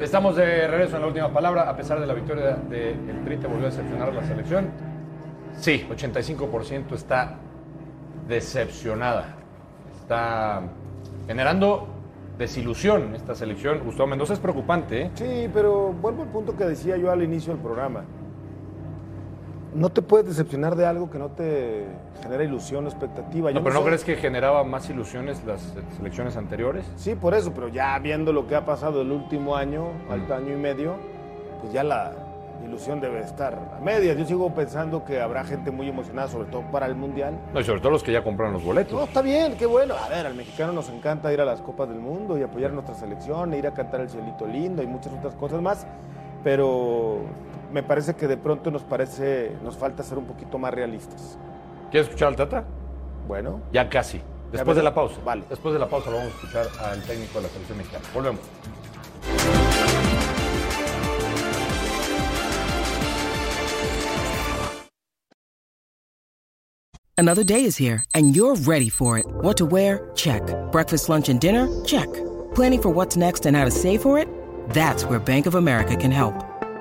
Speaker 1: Estamos de regreso en la última palabra. A pesar de la victoria del de, el Tri, te volvió a decepcionar la selección. Sí, 85% está decepcionada. Está generando desilusión en esta selección. Gustavo Mendoza es preocupante, ¿eh?
Speaker 6: Sí, pero vuelvo al punto que decía yo al inicio del programa. No te puedes decepcionar de algo que no te genera ilusión o expectativa. Yo
Speaker 1: No, pero ¿no
Speaker 6: sé-
Speaker 1: crees que generaba más ilusiones las selecciones anteriores?
Speaker 6: Sí, por eso, pero ya viendo lo que ha pasado el último año, falta año y medio, pues ya la ilusión debe estar a medias. Yo sigo pensando que habrá gente muy emocionada, sobre todo para el Mundial.
Speaker 1: No, y sobre todo los que ya compraron los
Speaker 6: No,
Speaker 1: boletos.
Speaker 6: está bien, qué bueno. A ver, al mexicano nos encanta ir a las Copas del Mundo y apoyar nuestra selección, e ir a cantar el cielito lindo y muchas otras cosas más, pero me parece que de pronto nos parece, nos falta ser un poquito más realistas.
Speaker 1: ¿Quieres escuchar al Tata?
Speaker 6: Bueno,
Speaker 1: Ya casi. Después
Speaker 6: veremos.
Speaker 1: de la pausa.
Speaker 6: Vale.
Speaker 1: Después de la pausa lo vamos a escuchar al técnico de la selección mexicana. Volvemos.
Speaker 9: Another day is here, and you're ready for it. What to wear? Check. Breakfast, lunch, and dinner? Check. Planning for what's next and how to save for it? That's where Bank of America can help.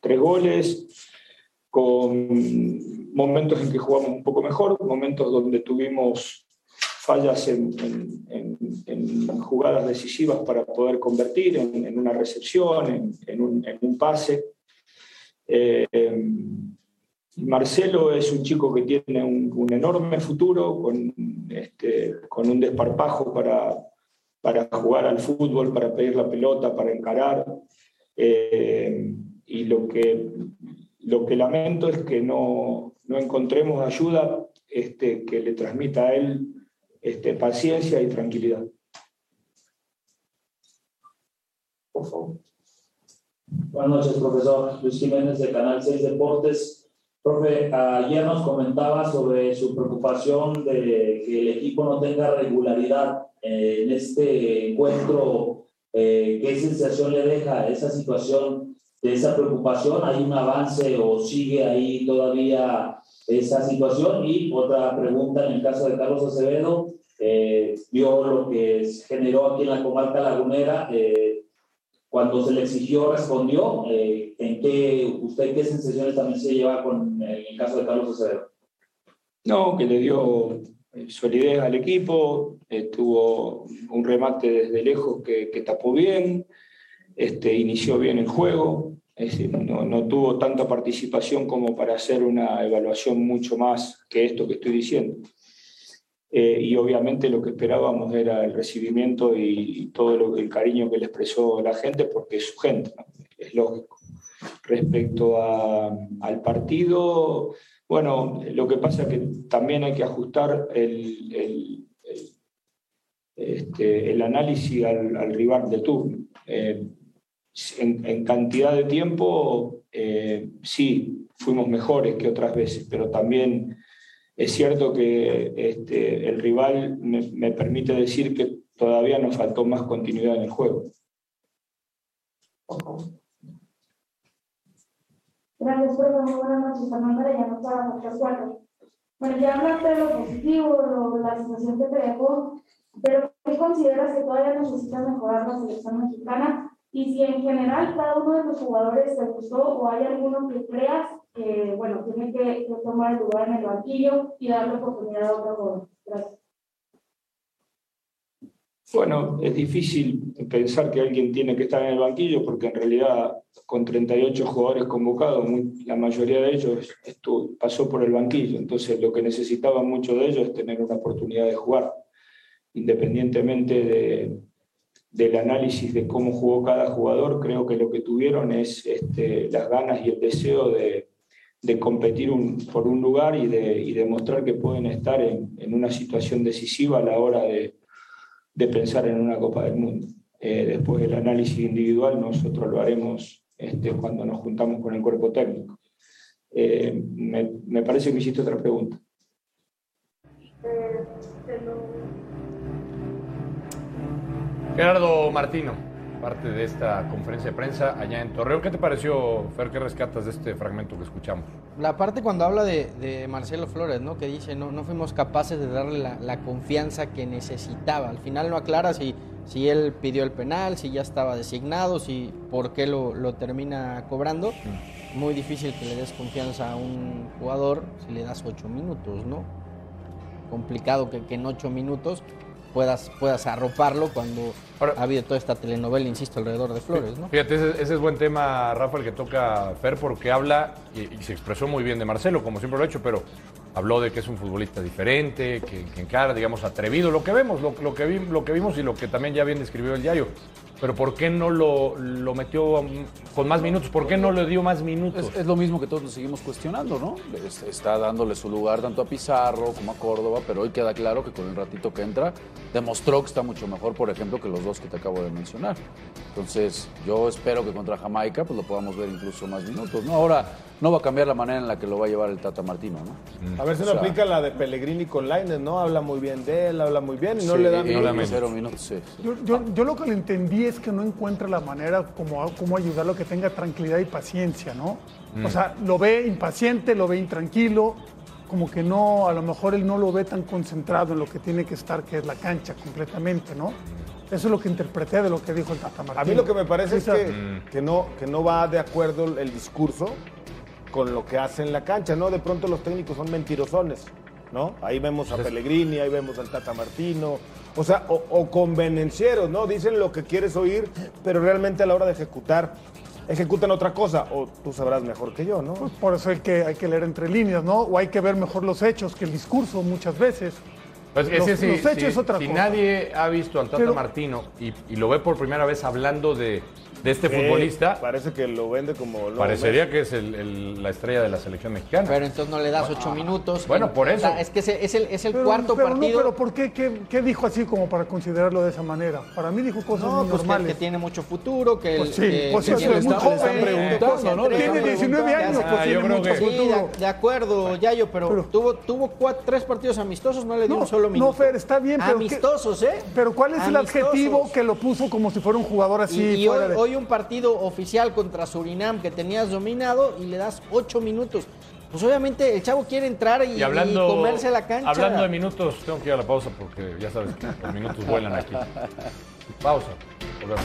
Speaker 10: tres goles, con momentos en que jugamos un poco mejor, momentos donde tuvimos fallas en, en- en- en jugadas decisivas para poder convertir, en, en una recepción, en, en un, en un pase. Eh, em, Marcelo es un chico que tiene un, un enorme futuro, con, este, con un desparpajo para, para jugar al fútbol, para pedir la pelota, para encarar. Eh, y lo que, lo que lamento es que no, no encontremos ayuda este, que le transmita a él este, paciencia y tranquilidad.
Speaker 11: Por favor. Buenas noches, profesor. Luis Jiménez de Canal 6 Deportes. Profe, ayer nos comentaba sobre su preocupación de que el equipo no tenga regularidad en este encuentro. Eh, ¿Qué sensación le deja esa situación, de esa preocupación? ¿Hay un avance o sigue ahí todavía esa situación? Y otra pregunta en el caso de Carlos Acevedo, eh, vio lo que generó aquí en la comarca lagunera. Eh, cuando se le exigió, respondió. Eh, ¿En qué usted qué sensaciones también se lleva con eh, el caso de Carlos Acevedo?
Speaker 10: No, que le dio eh, solidez al equipo, eh, tuvo un remate desde lejos que, que, tapó bien, este, inició bien el juego, es decir, no, no, tuvo tanta participación como para hacer una evaluación mucho más que esto que estoy diciendo. Eh, y obviamente lo que esperábamos era el recibimiento y, y todo lo, el cariño que le expresó la gente, porque es su gente, ¿no? es lógico. Respecto a, al partido, bueno, lo que pasa es que también hay que ajustar el, el, el, este, el análisis al, al, rival de turno. Eh, en, en, cantidad de tiempo, eh, sí, fuimos mejores que otras veces, pero también es cierto que este, el rival me, me permite decir que todavía nos faltó más continuidad en el juego.
Speaker 12: Gracias, profe. Muy buenas noches. Fernanda de Llanos para Doctor Cuatro. Bueno, ya hablaste de lo positivo, lo, de la sensación que te dejó, pero ¿qué consideras que todavía necesita mejorar la selección mexicana? Y si en general cada uno de los jugadores te gustó o hay alguno que creas que, bueno, tiene que, que tomar el lugar en el banquillo y darle oportunidad a otro jugador. Gracias.
Speaker 10: Bueno, es difícil pensar que alguien tiene que estar en el banquillo porque en realidad con 38 jugadores convocados, muy, la mayoría de ellos estuvo, pasó por el banquillo. Entonces lo que necesitaban muchos de ellos es tener una oportunidad de jugar, independientemente de, del análisis de cómo jugó cada jugador. Creo que lo que tuvieron es este, las ganas y el deseo de, de competir un, por un lugar y de y demostrar que pueden estar en, en una situación decisiva a la hora de de pensar en una Copa del Mundo. Eh, después el análisis individual nosotros lo haremos este, cuando nos juntamos con el cuerpo técnico. Eh, me, me, parece que hiciste otra pregunta.
Speaker 1: Gerardo Martino, parte de esta conferencia de prensa allá en Torreón. ¿Qué te pareció, Fer? ¿Qué rescatas de este fragmento que escuchamos?
Speaker 3: La parte cuando habla de, de Marcelo Flores, ¿no? Que dice, no, no fuimos capaces de darle la, la, confianza que necesitaba. Al final no aclara si, si él pidió el penal, si ya estaba designado, si por qué lo, lo termina cobrando. Mm. Muy difícil que le des confianza a un jugador si le das ocho minutos, ¿no? Complicado que, que en ocho minutos puedas, puedas arroparlo cuando Ahora, ha habido toda esta telenovela, insisto, alrededor de Flores, ¿no?
Speaker 1: Fíjate, ese, ese es buen tema, Rafa, el que toca Fer, porque habla y, y, se expresó muy bien de Marcelo, como siempre lo ha hecho, pero habló de que es un futbolista diferente, que, que encara, digamos, atrevido, lo que vemos, lo, lo que vi, lo que vimos y lo que también ya bien describió el diario. Pero ¿por qué no lo, lo metió con más minutos? ¿Por qué no le dio más minutos?
Speaker 4: Es, es, lo mismo que todos nos seguimos cuestionando, ¿no? Está dándole su lugar tanto a Pizarro como a Córdoba, pero hoy queda claro que con el ratito que entra demostró que está mucho mejor, por ejemplo, que los dos que te acabo de mencionar. Entonces, yo espero que contra Jamaica pues lo podamos ver incluso más minutos, ¿no? Ahora no va a cambiar la manera en la que lo va a llevar el Tata Martino, ¿no?
Speaker 6: Mm. A ver si o sea, lo aplica la de Pellegrini con Laines, ¿no? Habla muy bien de él, habla muy bien y no sí, le da
Speaker 4: no minutos. Cero minutos sí,
Speaker 5: sí. Yo, yo, yo, lo que le entendí es que no encuentra la manera como, como ayudarlo a que tenga tranquilidad y paciencia, ¿no? Mm. O sea, lo ve impaciente, lo ve intranquilo, como que no, a lo mejor él no lo ve tan concentrado en lo que tiene que estar, que es la cancha completamente, ¿no? Eso es lo que interpreté de lo que dijo el Tata Martino.
Speaker 6: A mí lo que me parece Esa... es que, mm. que, no, que no va de acuerdo el discurso con lo que hace en la cancha, ¿no? De pronto los técnicos son mentirosones, ¿no? Ahí vemos a Pellegrini, ahí vemos al Tata Martino, o sea, o, o convenencieros, ¿no? Dicen lo que quieres oír, pero realmente a la hora de ejecutar
Speaker 2: ejecutan otra cosa, o tú sabrás mejor que yo, ¿no?
Speaker 5: Pues por eso hay que, hay que leer entre líneas, ¿no? O hay que ver mejor los hechos que el discurso muchas veces.
Speaker 1: Pues es
Speaker 5: los,
Speaker 1: que si,
Speaker 5: los hechos
Speaker 1: si-
Speaker 5: es otra
Speaker 1: si
Speaker 5: cosa.
Speaker 1: nadie ha visto al Tata
Speaker 5: Pero-
Speaker 1: Martino y, y lo ve por primera vez hablando de, de este
Speaker 2: Sí,
Speaker 1: futbolista,
Speaker 2: Eh, Parece que lo vende como... el nuevo
Speaker 1: parecería que es el- el- la estrella de la selección mexicana.
Speaker 3: Pero entonces no le das ocho minutos.
Speaker 1: Bueno, por eso.
Speaker 3: Es que es el, es el- es el
Speaker 5: Pero-
Speaker 3: cuarto
Speaker 5: pero no,
Speaker 3: partido.
Speaker 5: pero pues ¿por qué, qué, qué dijo así como para considerarlo de esa manera? Para mí dijo cosas
Speaker 3: No,
Speaker 5: muy
Speaker 3: pues que- que,
Speaker 5: normales.
Speaker 3: tiene mucho futuro, que el-
Speaker 5: Pues sí,
Speaker 3: que-
Speaker 5: pues
Speaker 3: que
Speaker 5: eso
Speaker 3: tiene
Speaker 5: es muy
Speaker 3: mucho-
Speaker 5: joven,
Speaker 3: que
Speaker 5: le están
Speaker 3: tiene
Speaker 5: preguntando, ¿no?
Speaker 3: mucho
Speaker 5: Tiene 19
Speaker 3: futuro.
Speaker 5: años, pues Ah, tiene yo creo mucho que-
Speaker 3: Sí, de-
Speaker 5: futuro. Pues,
Speaker 3: de, acuerdo, Yayo, pero, tuvo, tuvo cuatro- tres partidos amistosos, no le dio
Speaker 5: No,
Speaker 3: un solo
Speaker 5: no,
Speaker 3: minuto.
Speaker 5: Fer, está bien, pero ¿qué-
Speaker 3: Amistosos, ¿eh?
Speaker 5: Pero ¿cuál es el
Speaker 3: Amistosos.
Speaker 5: adjetivo que lo puso como si fuera un jugador así?
Speaker 3: y, y
Speaker 5: fuera
Speaker 3: hoy,
Speaker 5: de-
Speaker 3: hoy un partido oficial contra Surinam que tenías dominado y le das ocho minutos. Pues obviamente el chavo quiere entrar y,
Speaker 1: Y hablando,
Speaker 3: y comerse la cancha.
Speaker 1: hablando de minutos, tengo que ir a la pausa porque ya sabes que los minutos vuelan aquí. Pausa. Volvemos.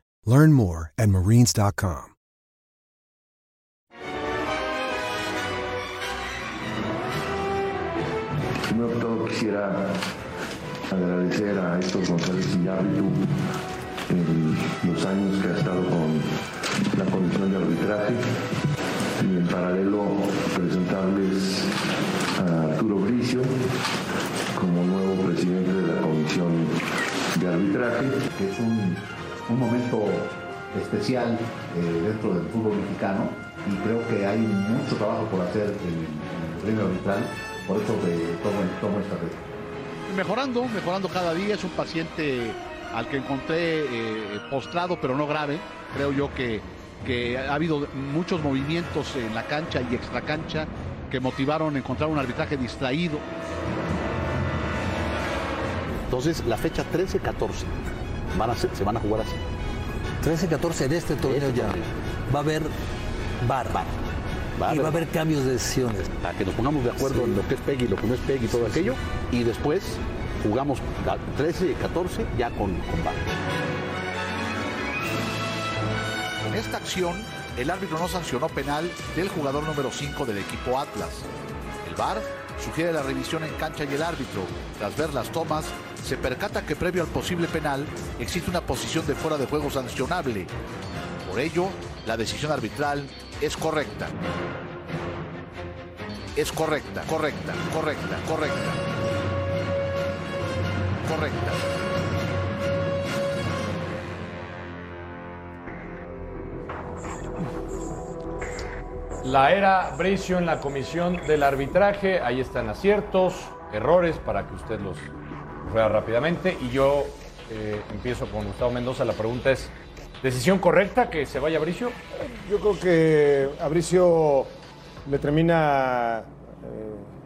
Speaker 13: Learn more at marines.com.
Speaker 14: Primero que todo quisiera agradecer a Héctor González Iñárritu en los años que ha estado con la comisión de arbitraje y en paralelo presentarles a Arturo Bricio como nuevo presidente de la comisión de arbitraje.
Speaker 15: que es un, un momento especial eh, dentro del fútbol mexicano y creo que hay mucho trabajo por hacer en, en el reino arbitral, por eso eh, tomo, tomo esta vez.
Speaker 16: Mejorando, mejorando cada día. Es un paciente al que encontré eh, postrado, pero no grave. Creo yo que, que ha habido muchos movimientos en la cancha y extracancha que motivaron a encontrar un arbitraje distraído.
Speaker 17: Entonces, la fecha 13-14 van a ser- se van a jugar así.
Speaker 18: 13-14 de este torneo ya va a haber bar. y va a haber cambios de decisiones.
Speaker 17: Para que nos pongamos de acuerdo en lo que es PEGI, lo que no es PEGI y todo aquello. Y después jugamos la 13-14 ya con, con VAR.
Speaker 16: En esta acción, el árbitro no sancionó penal del jugador número 5 del equipo Atlas. El VAR sugiere la revisión en cancha y el árbitro, tras ver las tomas, se percata que previo al posible penal existe una posición de fuera de juego sancionable. Por ello, la decisión arbitral es correcta. Es correcta, correcta, correcta, correcta. Correcta.
Speaker 1: La era Bricio en la comisión del arbitraje, ahí están aciertos, errores para que usted los vea rápidamente. Y yo eh, empiezo con Gustavo Mendoza. La pregunta es: ¿decisión correcta que se vaya Bricio?
Speaker 2: Yo creo que Abricio le termina eh,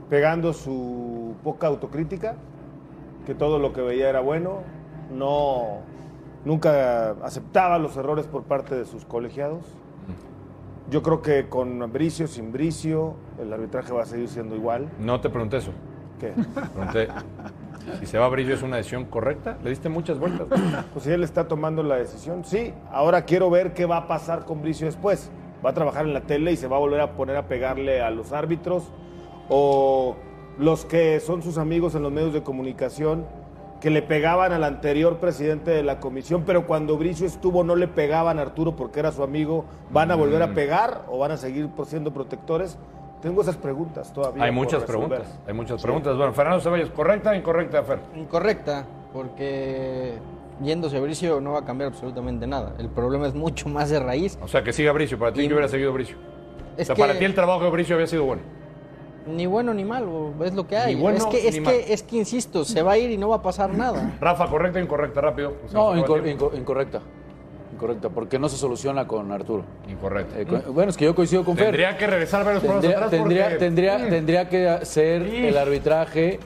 Speaker 2: pegando su poca autocrítica, que todo lo que veía era bueno, no nunca aceptaba los errores por parte de sus colegiados. Yo creo que con Abricio, sin Bricio, el arbitraje va a seguir siendo igual.
Speaker 1: No te pregunté eso.
Speaker 2: ¿Qué?
Speaker 1: Pregunté: si se va Bricio, ¿es una decisión correcta? Le diste muchas vueltas.
Speaker 2: Pues si él está tomando la decisión, sí. Ahora quiero ver qué va a pasar con Bricio después. ¿Va a trabajar en la tele y se va a volver a poner a pegarle a los árbitros? ¿O los que son sus amigos en los medios de comunicación que le pegaban al anterior presidente de la comisión, pero cuando Bricio estuvo no le pegaban a Arturo porque era su amigo? ¿Van a volver a
Speaker 1: Mm.
Speaker 2: pegar o van a seguir siendo protectores? Tengo esas preguntas todavía.
Speaker 1: Hay
Speaker 2: por
Speaker 1: muchas
Speaker 2: resolver.
Speaker 1: preguntas. Hay muchas
Speaker 2: Sí.
Speaker 1: preguntas. Bueno, Fernando Ceballos, ¿correcta o incorrecta, Fer?
Speaker 3: Incorrecta, porque yéndose a Bricio no va a cambiar absolutamente nada. El problema es mucho más de raíz.
Speaker 1: O sea, que siga Bricio. Para ti,
Speaker 3: Y-
Speaker 1: que hubiera seguido Bricio?
Speaker 3: Es
Speaker 1: o sea,
Speaker 3: que-
Speaker 1: para ti el trabajo de Bricio había sido bueno.
Speaker 3: Ni bueno ni malo, es lo que hay.
Speaker 1: bueno,
Speaker 3: es, que, es,
Speaker 1: ni
Speaker 3: que, es que, insisto, se va a ir y no va a pasar nada.
Speaker 1: Rafa, ¿correcta o incorrecta? Rápido.
Speaker 4: No,
Speaker 1: Se nos acaba el
Speaker 4: incor- inco- incorrecta. Incorrecta, porque no se soluciona con Arturo. Incorrecto.
Speaker 1: Mm.
Speaker 4: bueno, es que yo coincido con Fer.
Speaker 1: Tendría que regresar varios programas
Speaker 4: Tendría-
Speaker 1: atrás
Speaker 4: Tendría,
Speaker 1: porque-
Speaker 4: tendría,
Speaker 1: Mm.
Speaker 4: tendría que ser
Speaker 1: Sí. Ah,
Speaker 4: el arbitraje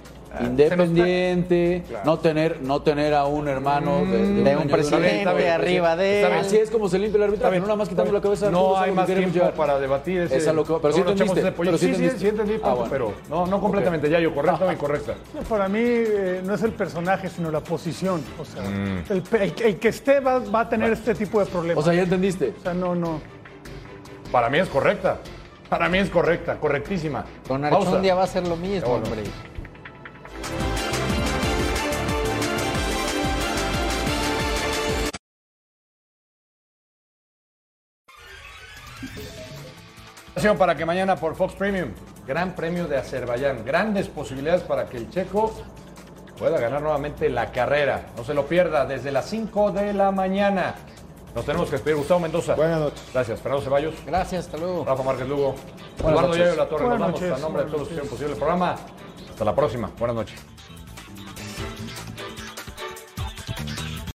Speaker 4: independiente, no tener no tener a un hermano
Speaker 1: Mm.
Speaker 4: de,
Speaker 3: De un
Speaker 4: año,
Speaker 3: presidente
Speaker 4: Está bien, está bien.
Speaker 3: arriba de
Speaker 4: Está
Speaker 3: él.
Speaker 4: bien, Así es como se limpia el arbitraje, no nada más quitando la cabeza.
Speaker 1: No
Speaker 4: Arturo, es
Speaker 1: hay
Speaker 4: algo que
Speaker 1: más
Speaker 4: queremos
Speaker 1: tiempo
Speaker 4: llevar.
Speaker 1: para debatir ese.
Speaker 4: Es a lo que- pero sí
Speaker 1: Luego nos echamos
Speaker 4: entendiste,
Speaker 1: ese pollo.
Speaker 4: pero sí
Speaker 1: sí, sí,
Speaker 4: entendiste.
Speaker 1: sí, entendí,
Speaker 4: Ah,
Speaker 1: Paco,
Speaker 4: bueno.
Speaker 1: pero no, no completamente. Ya yo, correcta o incorrecta.
Speaker 5: No, Para mí eh, no es el personaje, sino la posición. O sea,
Speaker 1: Mm.
Speaker 5: el, pe- el- el que esté va, va a tener este tipo de problemas.
Speaker 1: O sea, ¿ya entendiste?
Speaker 5: O sea, no, no.
Speaker 1: Para mí es correcta. Para mí es correcta, correctísima.
Speaker 3: Con
Speaker 1: Pausa.
Speaker 3: Archondia va a ser lo mismo,
Speaker 1: Ya volvemos.
Speaker 3: hombre.
Speaker 1: Invitación para que mañana por Fox Premium, Gran Premio de Azerbaiyán, grandes posibilidades para que el checo pueda ganar nuevamente la carrera. No se lo pierda desde las 5 de la mañana. Nos tenemos que despedir. Gustavo Mendoza. Buenas noches. Gracias. Fernando Ceballos.
Speaker 3: Gracias, hasta luego.
Speaker 1: Rafa Márquez Lugo.
Speaker 3: Buenas
Speaker 1: Eduardo
Speaker 3: noches.
Speaker 1: Yayo La Torre. Nos
Speaker 3: Buenas
Speaker 1: vamos a
Speaker 3: noches.
Speaker 1: nombre de todos los que hicieron
Speaker 3: Buenas
Speaker 1: posible el programa. Hasta la próxima. Buenas noches.